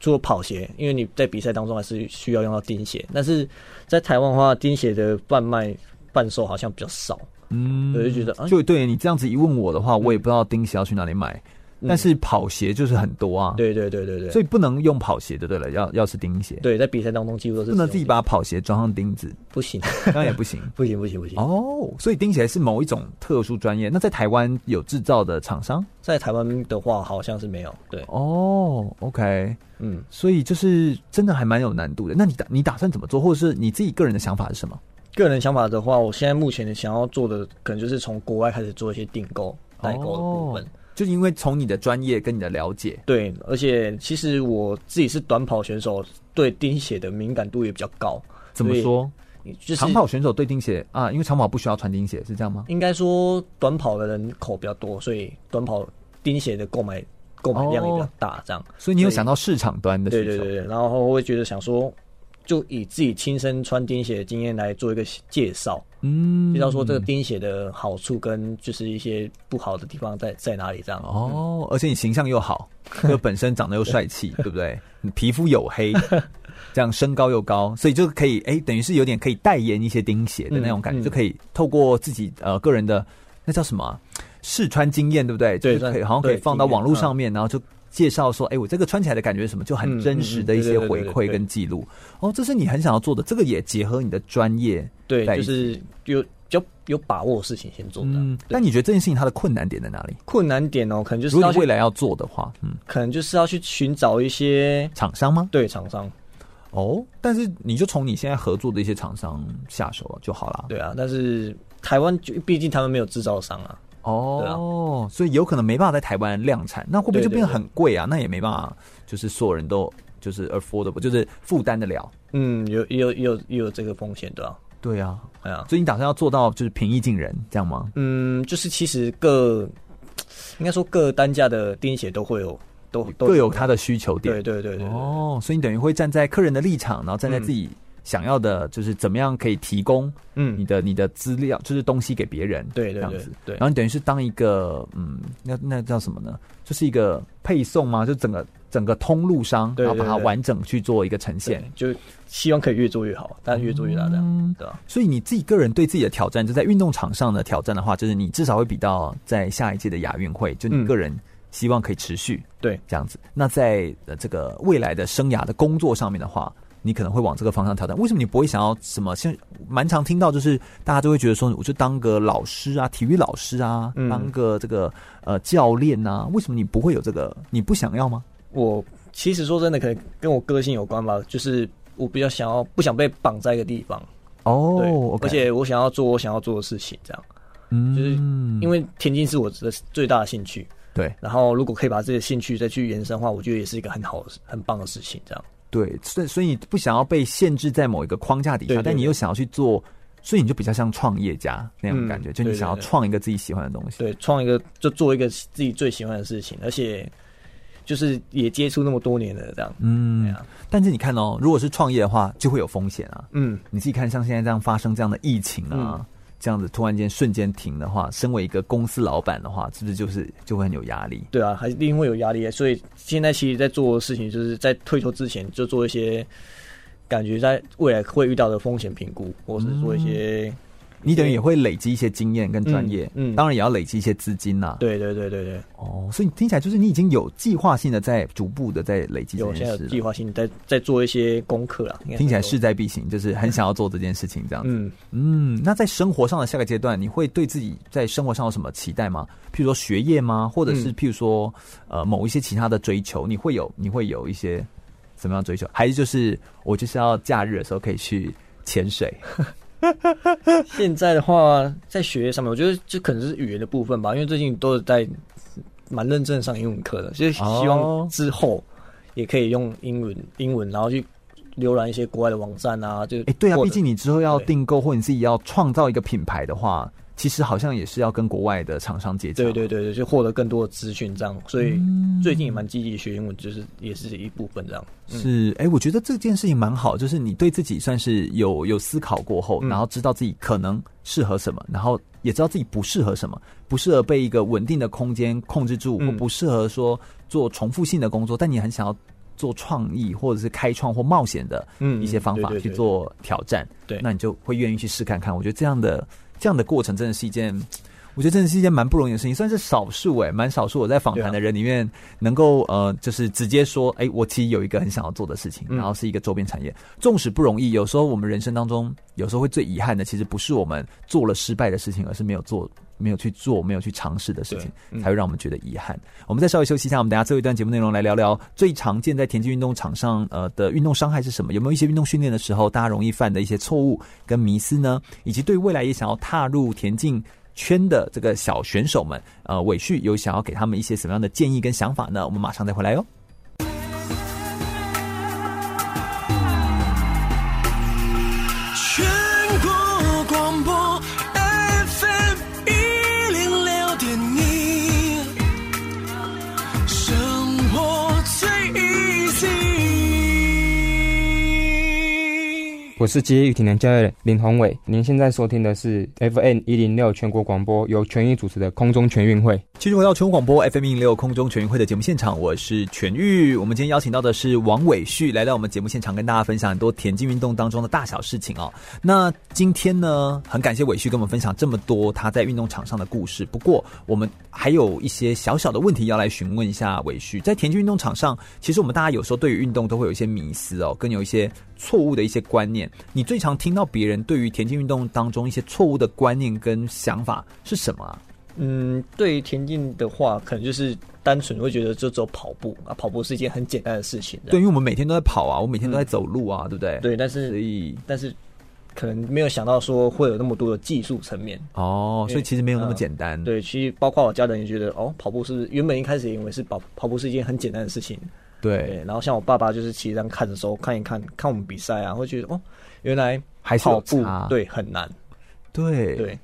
S2: 除了跑鞋，因为你在比赛当中还是需要用到钉鞋，但是在台湾的话，钉鞋的贩卖贩售好像比较少。
S1: 嗯，
S2: 我就觉得啊
S1: 就对你这样子一问我的话，我也不知道钉鞋要去哪里买，
S2: 嗯
S1: 但是跑鞋就是很多啊。
S2: 对对对对对，
S1: 所以不能用跑鞋的，对了，要要是钉鞋，
S2: 对在比赛当中几乎都是
S1: 不能
S2: 使用
S1: 自己把跑鞋装上钉 子，
S2: 不行，
S1: 这样也 不行。
S2: 不行不行不行。
S1: 哦，所以钉鞋是某一种特殊专业。那在台湾有制造的厂商
S2: 在台湾的话好像是没有。对，
S1: 哦，OK，
S2: 嗯，
S1: 所以就是真的还蛮有难度的。那你打你打算怎么做，或者是你自己个人的想法是什么？
S2: 个人想法的话，我现在目前想要做的可能就是从国外开始做一些订购、代购的部分。
S1: 哦就是因为从你的专业跟你的了解，
S2: 对，而且其实我自己是短跑选手，对钉鞋的敏感度也比较高。
S1: 怎么说？
S2: 所以？就是
S1: 长跑选手对钉鞋啊，因为长跑不需要穿钉鞋，是这样吗？
S2: 应该说短跑的人口比较多，所以短跑钉鞋的购买购买量也比较大，这样。
S1: 所以你有想到市场端的需
S2: 对
S1: 求？
S2: 对对对，然后会觉得想说，就以自己亲身穿钉鞋的经验来做一个介绍，
S1: 嗯，
S2: 介绍说这个钉鞋的好处跟就是一些不好的地方在在哪里这样。
S1: 哦，而且你形象又 好，又本身长得又帅气，对不对？你皮肤黝黑，这样身高又高，所以就可以哎、等于是有点可以代言一些钉鞋的那种感觉，
S2: 嗯嗯
S1: 就可以透过自己呃个人的那叫什么啊、试穿经验，对不对？
S2: 对
S1: 就是可以
S2: 算
S1: 好像可以
S2: 对
S1: 放到
S2: 经验
S1: 网络上面，然后就。介绍说，哎、我这个穿起来的感觉是什么，就很
S2: 嗯
S1: 真
S2: 嗯
S1: 实
S2: 嗯
S1: 的一
S2: 对
S1: 些
S2: 对对
S1: 回
S2: 对
S1: 馈
S2: 对
S1: 跟记录。哦，这是你很想要做的，这个也结合你的专业
S2: 对，
S1: 在一
S2: 就
S1: 起。
S2: 是有比较有把握的事情先做这样。
S1: 嗯，但你觉得这件事情它的困难点在哪里？
S2: 困难点哦，可能就是
S1: 如果
S2: 要
S1: 你未
S2: 去，
S1: 来要做的话，嗯，
S2: 可能就是要去寻找一些
S1: 厂商吗？
S2: 对厂商，
S1: 哦，但是你就从你现在合作的一些厂商下手就好了。
S2: 对啊，但是台湾就毕竟他们没有制造商啊，
S1: 哦，所以有可能没办法在台湾量产，那会不会
S2: 对
S1: 就
S2: 对
S1: 变得
S2: 对
S1: 很贵啊？那也没办法，就是所有人都就是 affordable，就是负担得了。
S2: 嗯，有也有也有也有这个风险，对吧、
S1: 对啊，
S2: 啊？哎呀、
S1: 所以你打算要做到就是平易近人这样吗？
S2: 嗯，就是其实各应该说各单价的钉鞋都会有，都都
S1: 各有它的需求点。
S2: 对对对对对，
S1: 哦，所以你等于会站在客人的立场，然后站在自己想要的，就是怎么样可以提供你
S2: 嗯，
S1: 的你的资料，就是东西给别人，
S2: 对对
S1: 这样
S2: 对
S1: 子。
S2: 对
S1: 然后，你等于是当一个嗯，那那叫什么呢？就是一个配送吗？就整个整个通路商，
S2: 对对
S1: 然后把它
S2: 对
S1: 完整去做一个呈现
S2: 对。就希望可以越做越好，但越做越大这样，
S1: 嗯
S2: 对啊吧、
S1: 所以你自己个人对自己的挑战，就在运动场上的挑战的话，就是你至少会比到在下一届的亚运会，就你
S2: 嗯
S1: 个人希望可以持续
S2: 对
S1: 这样子。那在呃这个未来的生涯的工作上面的话，你可能会往这个方向挑战。为什么你不会想要什么？现在蛮常听到，就是大家都会觉得说，我就当个老师啊，体育老师啊，
S2: 嗯
S1: 当个这个呃教练啊。为什么你不会有这个？你不想要吗？
S2: 我其实说真的，可能跟我个性有关吧，就是我比较想要不想被绑在一个地方，对
S1: 哦，嗯
S2: 而且我想要做我想要做的事情，这样，就是因为田径是我的最大的兴趣，
S1: 对
S2: 然后如果可以把这个兴趣再去延伸的话，我觉得也是一个很好的、很棒的事情，这样。
S1: 对，所以所以你不想要被限制在某一个框架底
S2: 对
S1: 下，
S2: 对
S1: 但你又想要去做，所以你就比较像创业家那样的
S2: 嗯
S1: 感觉，就
S2: 对
S1: 你
S2: 对
S1: 想要
S2: 对
S1: 创一个自己喜欢的东西。
S2: 对，创一个就做一个自己最喜欢的事情，而且就是也接触那么多年了，这样。
S1: 嗯
S2: 对啊，
S1: 但是你看哦，如果是创业的话，就会有风险啊。
S2: 嗯，
S1: 你自己看，像现在这样发生这样的疫情啊，这样子突然间瞬间停的话，身为一个公司老板的话，是不是就是就会很有压力？
S2: 对啊，还是一定会有压力的。所以现在其实在做的事情，就是在退休之前就做一些感觉在未来会遇到的风险评估，或是做一些、
S1: 你等于也会累积一些经验跟专业，
S2: 嗯嗯
S1: 当然也要累积一些资金呐、
S2: 对对对对对，
S1: 哦，所以你听起来就是你已经有计划性的在逐步的在累积这
S2: 有
S1: 件
S2: 现在有
S1: 事了
S2: 计划性在在做一些功课啊。应该
S1: 听起来
S2: 说
S1: 势在必行，就是很想要做这件事情这样子。
S2: 嗯，
S1: 嗯那在生活上的下个阶段，你会对自己在生活上有什么期待吗？譬如说学业吗？或者
S2: 嗯
S1: 是譬如说、呃某一些其他的追求，你会有你会有一些什么样的追求？还是就是我就是要假日的时候可以去潜水？
S2: 现在的话，在学业上面，我觉得就可能是语言的部分吧，因为最近都是在蛮认真地上英文课的，就是希
S1: 哦
S2: 望之后也可以用英文英文，然后去浏览一些国外的网站啊，就哎
S1: 哎、对啊，
S2: 或
S1: 毕
S2: 者
S1: 竟你之后要
S2: 对
S1: 订购或你自己要创造一个品牌的话，其实好像也是要跟国外的厂商接洽。
S2: 对对对对，就获得更多的资讯这样，所以最近也蛮积极地学英文，就是也是一部分这样。
S1: 是，哎、我觉得这件事情蛮好，就是你对自己算是有有思考过后，
S2: 嗯
S1: 然后知道自己可能适合什么，然后也知道自己不适合什么，不适合被一个稳定的空间控制住，或
S2: 嗯
S1: 不适合说做重复性的工作，但你很想要做创意或者是开创或冒险的
S2: 嗯
S1: 一些方法
S2: 对对
S1: 去
S2: 对
S1: 做挑战，
S2: 对
S1: 那你就会愿意去试看看。我觉得这样的这样的过程真的是一件。我觉得真的是一件蛮不容易的事情，算是少数哎、蛮少数我在访
S2: 对
S1: 谈
S2: 啊
S1: 的人里面能够呃，就是直接说，哎、我其实有一个很想要做的事情，
S2: 嗯
S1: 然后是一个周边产业。纵使不容易，有时候我们人生当中，有时候会最遗憾的，其实不是我们做了失败的事情，而是没有做、没有去做、没有去尝试的事情
S2: 对，嗯
S1: 才会让我们觉得遗憾。我们再稍微休息一下，我们等下最后一段节目内容来聊聊最常见在田径运动场上呃的运动伤害是什么？有没有一些运动训练的时候大家容易犯的一些错误跟迷思呢？以及对未来也想要踏入田径。圈的这个小选手们，呃，委旭有想要给他们一些什么样的建议跟想法呢？我们马上再回来哟。
S5: 全国广播 FM 一零六点一，生活最 easy。
S10: 我是职业体能教练林宏伟，您现在收听的是 FN 一零六全国广播由全运主持的空中全运会。
S1: 继续回到全国广播 FM 一零六空中全运会的节目现场，我是全玉。我们今天邀请到的是王伟旭来到我们节目现场，跟大家分享很多田径运动当中的大小事情哦。那今天呢，很感谢伟旭跟我们分享这么多他在运动场上的故事。不过，我们还有一些小小的问题要来询问一下伟旭。在田径运动场上，其实我们大家有时候对于运动都会有一些迷思哦，跟有一些错误的一些观念。你最常听到别人对于田径运动当中一些错误的观念跟想法是什么啊？
S2: 嗯，对于田径的话，可能就是单纯会觉得就走跑步啊，跑步是一件很简单的事情。这样
S1: 对，因为我们每天都在跑啊，我每天都在走路啊，对不对？
S2: 嗯对，但
S1: 所
S2: 是
S1: 以
S2: 但是可能没有想到说会有那么多的技术层面。
S1: 哦，所以其实没有那么简单。，
S2: 嗯对，其实包括我家人也觉得，哦，跑步是原本一开始也以为是跑跑步是一件很简单的事情，
S1: 对
S2: 对。然后像我爸爸就是骑这样看的时候，看一看看我们比赛啊，会觉得哦，原来
S1: 还是有
S2: 跑步
S1: 差
S2: 对很难，
S1: 对
S2: 对，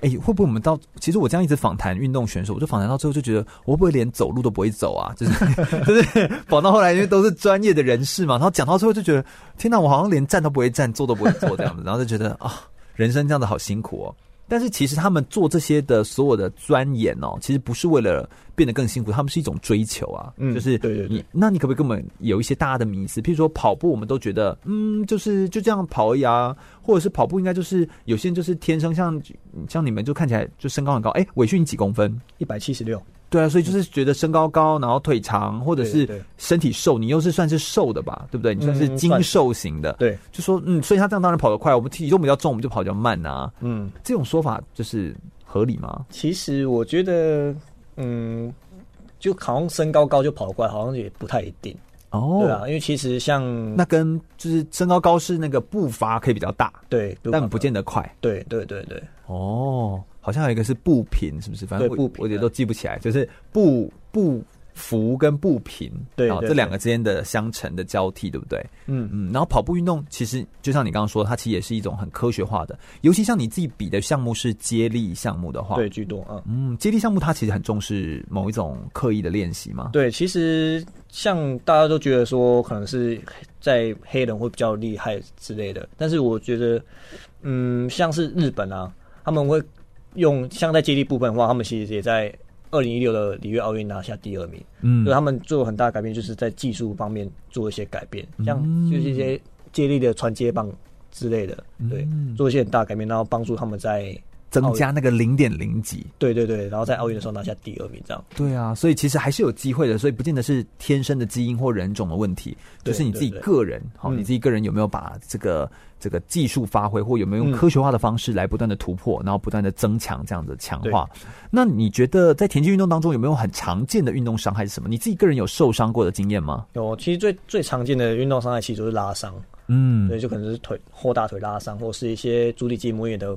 S1: 哎，会不会我们到？其实我这样一直访谈运动选手，我就访谈到最后就觉得，我会不会连走路都不会走啊？就是就是 访到后来，因为都是专业的人士嘛，然后讲到最后就觉得，天哪，我好像连站都不会站，坐都不会坐这样 子，然后就觉得啊、人生这样子好辛苦哦。但是其实他们做这些的所有的钻研哦，其实不是为了变得更辛苦，他们是一种追求啊。
S2: 嗯
S1: 就是
S2: 对对对
S1: 你，那你可不可以跟我们有一些大家的迷思？譬如说跑步，我们都觉得嗯，就是就这样跑而已啊，或者是跑步应该就是有些人就是天生像像你们就看起来就身高很高，哎、伟旭你几公分？
S2: 一百七十六，
S1: 对啊，所以就是觉得身高高，然后腿长，或者
S2: 对
S1: 是
S2: 对
S1: 身体瘦，你又是算是瘦的吧，对不对？你算是
S2: 嗯
S1: 精
S2: 算
S1: 瘦型的，
S2: 对，
S1: 就说嗯，所以他这样当然跑得快，我们体重比较重，我们就跑得比较慢啊。
S2: 嗯，
S1: 这种说法就是合理吗？
S2: 其实我觉得，嗯，就好像身高高就跑得快，好像也不太一定，
S1: 哦
S2: 对啊，因为其实像
S1: 那跟就是身高高是那个步伐可以比较大，
S2: 对，
S1: 但不见得快。
S2: 对对对对，
S1: 哦，好像有一个是步频，是不是？反正
S2: 对
S1: 我
S2: 步频
S1: 我也都记不起来，就是步步幅跟步频，
S2: 对
S1: 然后
S2: 对
S1: 这两个之间的相乘的交替，对不对？
S2: 嗯
S1: 嗯，然后跑步运动其实就像你刚刚说，它其实也是一种很科学化的，尤其像你自己比的项目是接力项目的话，
S2: 对，居多啊。
S1: 嗯，接力项目它其实很重视某一种刻意的练习嘛。
S2: 对，其实像大家都觉得说，可能是在黑人会比较厉害之类的，但是我觉得，嗯，像是日本啊，他们会用像在接力部分的话，他们其实也在二零一六的里约奥运拿下第二名，
S1: 嗯
S2: 所以他们做很大的改变，就是在技术方面做一些改变，像
S1: 嗯
S2: 就是一些接力的传接棒之类的，对，
S1: 嗯
S2: 做一些很大的改变，然后帮助他们在
S1: 增
S2: 奥运
S1: 加那个零点零几，
S2: 对对对，然后在奥运的时候拿下第二名这样。
S1: 对啊，所以其实还是有机会的，所以不见得是天生的基因或人种的问题，
S2: 对
S1: 就是你自己
S2: 对对
S1: 个人，好、
S2: 嗯
S1: 你自己个人有没有把这个这个技术发挥，或有没有用
S2: 嗯
S1: 科学化的方式来不断的突破，然后不断的增强这样的强化。那你觉得在田径运动当中有没有很常见的运动伤害是什么？你自己个人有受伤过的经验吗？
S2: 有，其实最最常见的运动伤害其实就是拉伤，
S1: 嗯
S2: 对，就可能是腿后大腿拉伤，或是一些足底筋膜炎的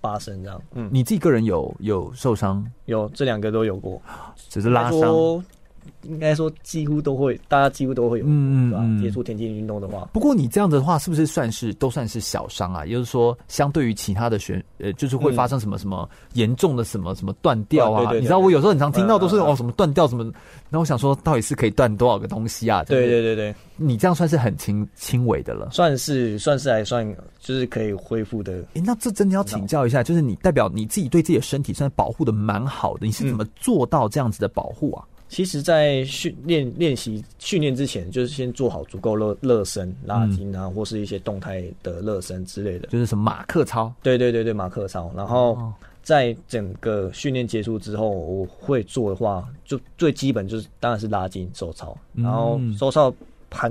S2: 发生这样。嗯，
S1: 你自己个人有有受伤，
S2: 有这两个都有过，
S1: 只是拉
S2: 应该
S1: 伤。
S2: 说，应该说几乎都会，大家几乎都会有过，
S1: 嗯
S2: 对吧？
S1: 嗯
S2: 接触田径运动的话，
S1: 不过你这样子的话，是不是算是都算是小伤啊？也就是说，相对于其他的选，呃，就是会发生什么什么严重的什么什么断掉
S2: 对
S1: 啊
S2: 对？对
S1: 你知道我有时候很常听到都是
S2: 嗯嗯嗯
S1: 哦什么断掉什么，然后我想说到底是可以断多少个东西啊？
S2: 对对
S1: 对，
S2: 对对，
S1: 你这样算是很轻轻微的了。
S2: 算是算是还算就是可以恢复的。
S1: 诶，那这真的要请教一下，就是你代表你自己对自己的身体算是保护的蛮好的，你是怎么做到这样子的保护啊？
S2: 其实，在训练练习训练之前，就是先做好足够热热身、拉筋
S1: 嗯
S2: 啊，或是一些动态的热身之类的。
S1: 就是什么马克操？
S2: 对对对对，马克操。然
S1: 哦
S2: 后在整个训练结束之后，我会做的话，就最基本就是当然是拉筋、收操，
S1: 嗯
S2: 然后收操盘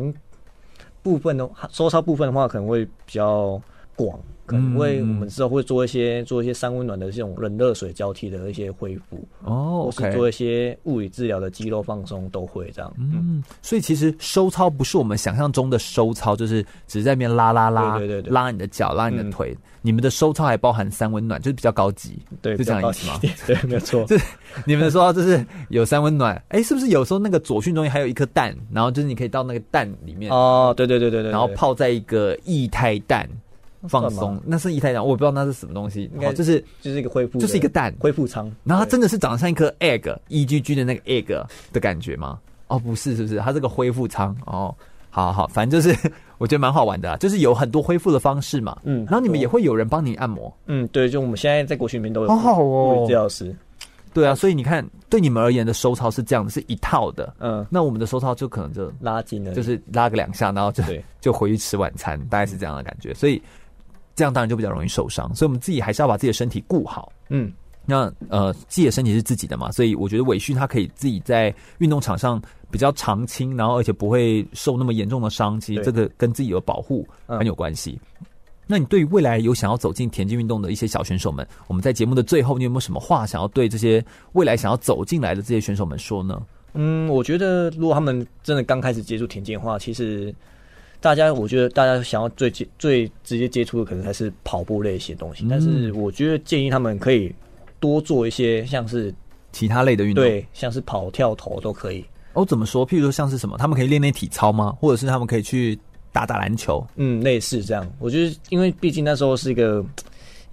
S2: 部分的话收操部分的话，可能会比较广。可能会，我
S1: 嗯嗯
S2: 们之后会做一些做一些三温暖的这种冷热水交替的一些恢复，
S1: 哦
S2: 或
S1: ，OK，
S2: 是做一些物理治疗的肌肉放松都会这样。
S1: 嗯，所以其实收操不是我们想象中的收操，就是只是在那边拉拉拉，
S2: 对对对对
S1: 拉你的脚，拉你的腿。你们的收操还包含三温暖，就是比较高级，
S2: 对，
S1: 是这样
S2: 比
S1: 意
S2: 较高
S1: 思吗
S2: 级一？点对，没有 错。
S1: 就是 你们说哦就是有三温暖，哎、是不是有时候那个左训中间还有一颗蛋，然后就是你可以到那个蛋里面，
S2: 哦，对对对对对，对
S1: 然后泡在一个液态蛋放
S2: 算
S1: 松
S2: 吗，
S1: 那是液态蛋，我也不知道那是什么东西，
S2: 应
S1: 然
S2: 该
S1: 后就是
S2: 就是一个恢复
S1: 就
S2: 的，
S1: 是一个蛋
S2: 恢复舱。
S1: 然后它真的是长得像一颗 egg e g g 的那个 egg 的感觉吗？哦，不是，是不是？它这个恢复舱哦，好好好，反正就是 我觉得蛮好玩的、啊，就是有很多恢复的方式嘛。
S2: 嗯
S1: 然后你们也会有人帮你按摩，
S2: 嗯，对，就我们现在在国训里面都有
S1: 好好哦
S2: 物理治疗师，
S1: 对啊，所以你看，对你们而言的收操是这样的，是一套的。
S2: 嗯，
S1: 那我们的收操就可能就
S2: 拉筋的，
S1: 就是拉个两下，然后就
S2: 对
S1: 就回去吃晚餐，大概是这样的感觉。所以这样当然就比较容易受伤，所以我们自己还是要把自己的身体顾好。
S2: 嗯，
S1: 那呃，自己的身体是自己的嘛，所以我觉得韦旭他可以自己在运动场上比较长青，然后而且不会受那么严重的伤，其实
S2: 对嗯
S1: 这个跟自己的保护很有关系。那你对于未来有想要走进田径运动的一些小选手们，我们在节目的最后，你有没有什么话想要对这些未来想要走进来的这些选手们说呢？
S2: 嗯，我觉得如果他们真的刚开始接触田径的话，其实大家我觉得大家想要最接最直接接触的可能还是跑步类型
S1: 嗯
S2: 的东西，但是我觉得建议他们可以多做一些像是
S1: 其他类的运动，
S2: 对，像是跑、跳投都可以。
S1: 哦，怎么说？譬如说像是什么，他们可以练练体操吗？或者是他们可以去打打篮球，
S2: 嗯，类似这样。我觉得，因为毕竟那时候是一个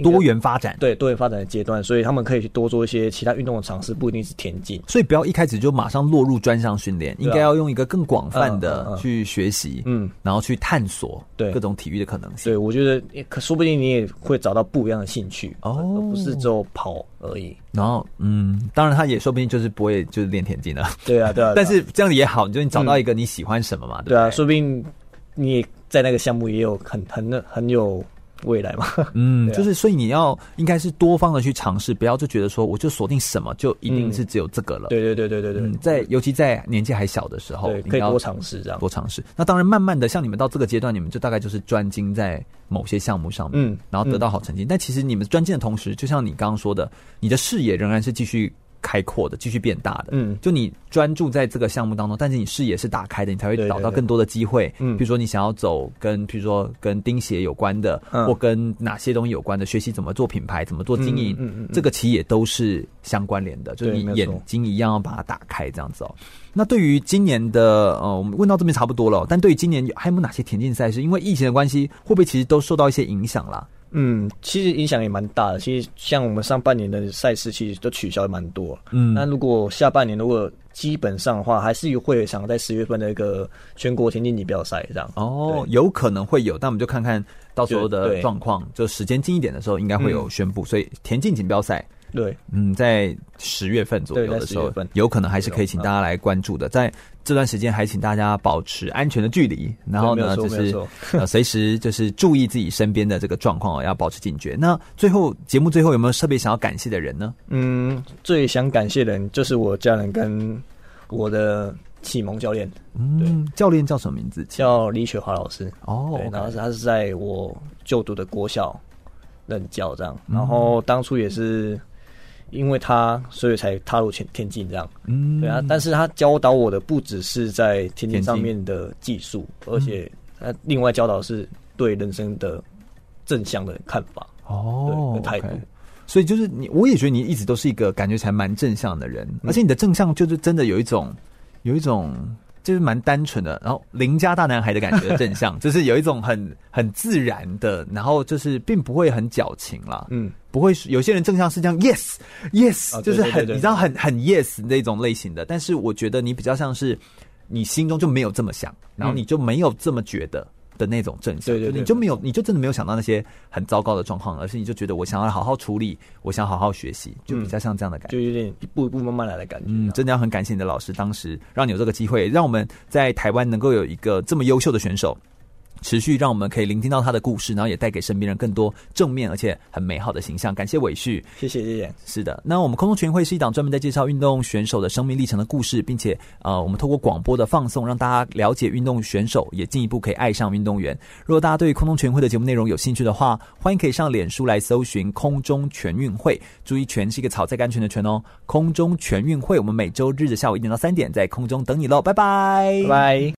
S1: 多元发展？
S2: 对多元发展的阶段，所以他们可以去多做一些其他运动的尝试，不一定是田径。
S1: 所以不要一开始就马上落入专项训练，
S2: 对啊
S1: 应该要用一个更广泛
S2: 嗯嗯
S1: 的
S2: 嗯
S1: 去学习，
S2: 嗯，
S1: 然后去探索
S2: 对
S1: 各种体育的可能性。
S2: 对，我觉得也可说不定你也会找到不一样的兴趣
S1: 哦，
S2: 而不是只有跑而已。
S1: 然后，嗯，当然他也说不定就是不会就是练田径了，
S2: 对啊，对啊。对啊
S1: 但是这样也好，就是你找到一个你喜欢什么嘛，对不
S2: 对
S1: 对
S2: 啊，说不定你也在那个项目也有很很很有未来嘛。
S1: 嗯，
S2: 对啊
S1: 就是所以你要应该是多方的去尝试，不要就觉得说我就锁定什么就一定
S2: 嗯
S1: 是只有这个了。
S2: 对对对对对对
S1: 嗯，在尤其在年纪还小的时候，
S2: 对，
S1: 你
S2: 可以
S1: 要
S2: 多尝试这样。
S1: 多尝试。那当然，慢慢的，像你们到这个阶段，你们就大概就是专精在某些项目上面，
S2: 嗯
S1: 然后得到好成绩。但其实你们专精的同时，就像你刚刚说的，你的视野仍然是继续开阔的，继续变大的。
S2: 嗯，
S1: 就你专注在这个项目当中，但是你视野是打开的，你才会
S2: 对对
S1: 找到
S2: 对
S1: 更多的机会。
S2: 嗯
S1: 比如说你想要走跟，比如说跟钉鞋有关的，
S2: 嗯
S1: 或跟哪些东西有关的，学习怎么做品牌，怎么做经营，
S2: 嗯嗯嗯嗯
S1: 这个其实也都是相关联的。就是
S2: 对
S1: 你
S2: 没
S1: 眼
S2: 错
S1: 睛一样要把它打开，这样子哦。那对于今年的呃，我们问到这边差不多了哦，但对于今年有还有没有哪些田径赛事？因为疫情的关系，会不会其实都受到一些影响啦？
S2: 嗯，其实影响也蛮大的。其实像我们上半年的赛事，其实都取消也蛮多。
S1: 嗯
S2: 那如果下半年如果基本上的话，还是会有一场在十月份的一个全国田径锦标赛这样。
S1: 哦，有可能会有，但我们就看看到时候
S2: 就
S1: 的
S2: 对
S1: 状况，就时间近一点的时候应该会有宣布。所以田径锦标赛，
S2: 对，
S1: 嗯，在十月份左右
S2: 对
S1: 的
S2: 在
S1: 时
S2: 10
S1: 候
S2: 月份，嗯
S1: 有可能还是可以请大家来关注的。在这段时间，还请大家保持安全的距离，然后呢，
S2: 对没
S1: 就
S2: 有错没
S1: 是
S2: 有
S1: 呃随时就是注意自己身边的这个状况哦，要保持警觉。那最后节目最后有没有特别想要感谢的人呢？
S2: 嗯，最想感谢的人就是我家人跟我的启蒙教练，
S1: 嗯，教练叫什么名字？
S2: 叫李雪华老师。
S1: 哦
S2: 对
S1: OK
S2: 然后是他是在我就读的国小任教这样，
S1: 嗯
S2: 然后当初也是因为他，所以才踏入田田径这样。
S1: 嗯
S2: 对啊，但是他教导我的不只是在田
S1: 田径
S2: 径上面的技术，
S1: 嗯
S2: 而且他另外教导是对人生的正向的看法。
S1: 哦
S2: 对，态度
S1: OK 所以就是你，我也觉得你一直都是一个感觉起来蛮正向的
S2: 嗯
S1: 人，而且你的正向就是真的有一种，有一种就是蛮单纯的，然后邻家大男孩的感觉的正向， 就是有一种很很自然的，然后就是并不会很矫情啦，
S2: 嗯，
S1: 不会是有些人正向是这样 yes yes，、
S2: 哦
S1: 就
S2: 对
S1: 是
S2: 对对
S1: 很
S2: 对
S1: 你知道很很 yes 那种类型的，但是我觉得你比较像是你心中就没有这么想，然后你就没有这么觉得。的那种正向，
S2: 嗯对对对
S1: 就你就没有，你就真的没有想到那些很糟糕的状况，而是你就觉得我想要好好处理，我想好好学习，就比较像这样的感觉。
S2: 就啊有点一步一步慢慢来的感觉。
S1: 嗯，真的要很感谢你的老师，当时让你有这个机会，让我们在台湾能够有一个这么优秀的选手，持续让我们可以聆听到他的故事，然后也带给身边人更多正面而且很美好的形象。感谢伟旭，
S2: 谢谢谢谢。
S1: 是的，那我们空中全运会是一档专门在介绍运动选手的生命历程的故事，并且呃，我们透过广播的放送，让大家了解运动选手，也进一步可以爱上运动员。如果大家对空中全运会的节目内容有兴趣的话，欢迎可以上脸书来搜寻“空中全运会”，注意“全”是一个草在甘泉的“全”哦。空中全运会，我们每周日的下午一点到三点在空中等你喽，拜拜，
S2: 拜拜。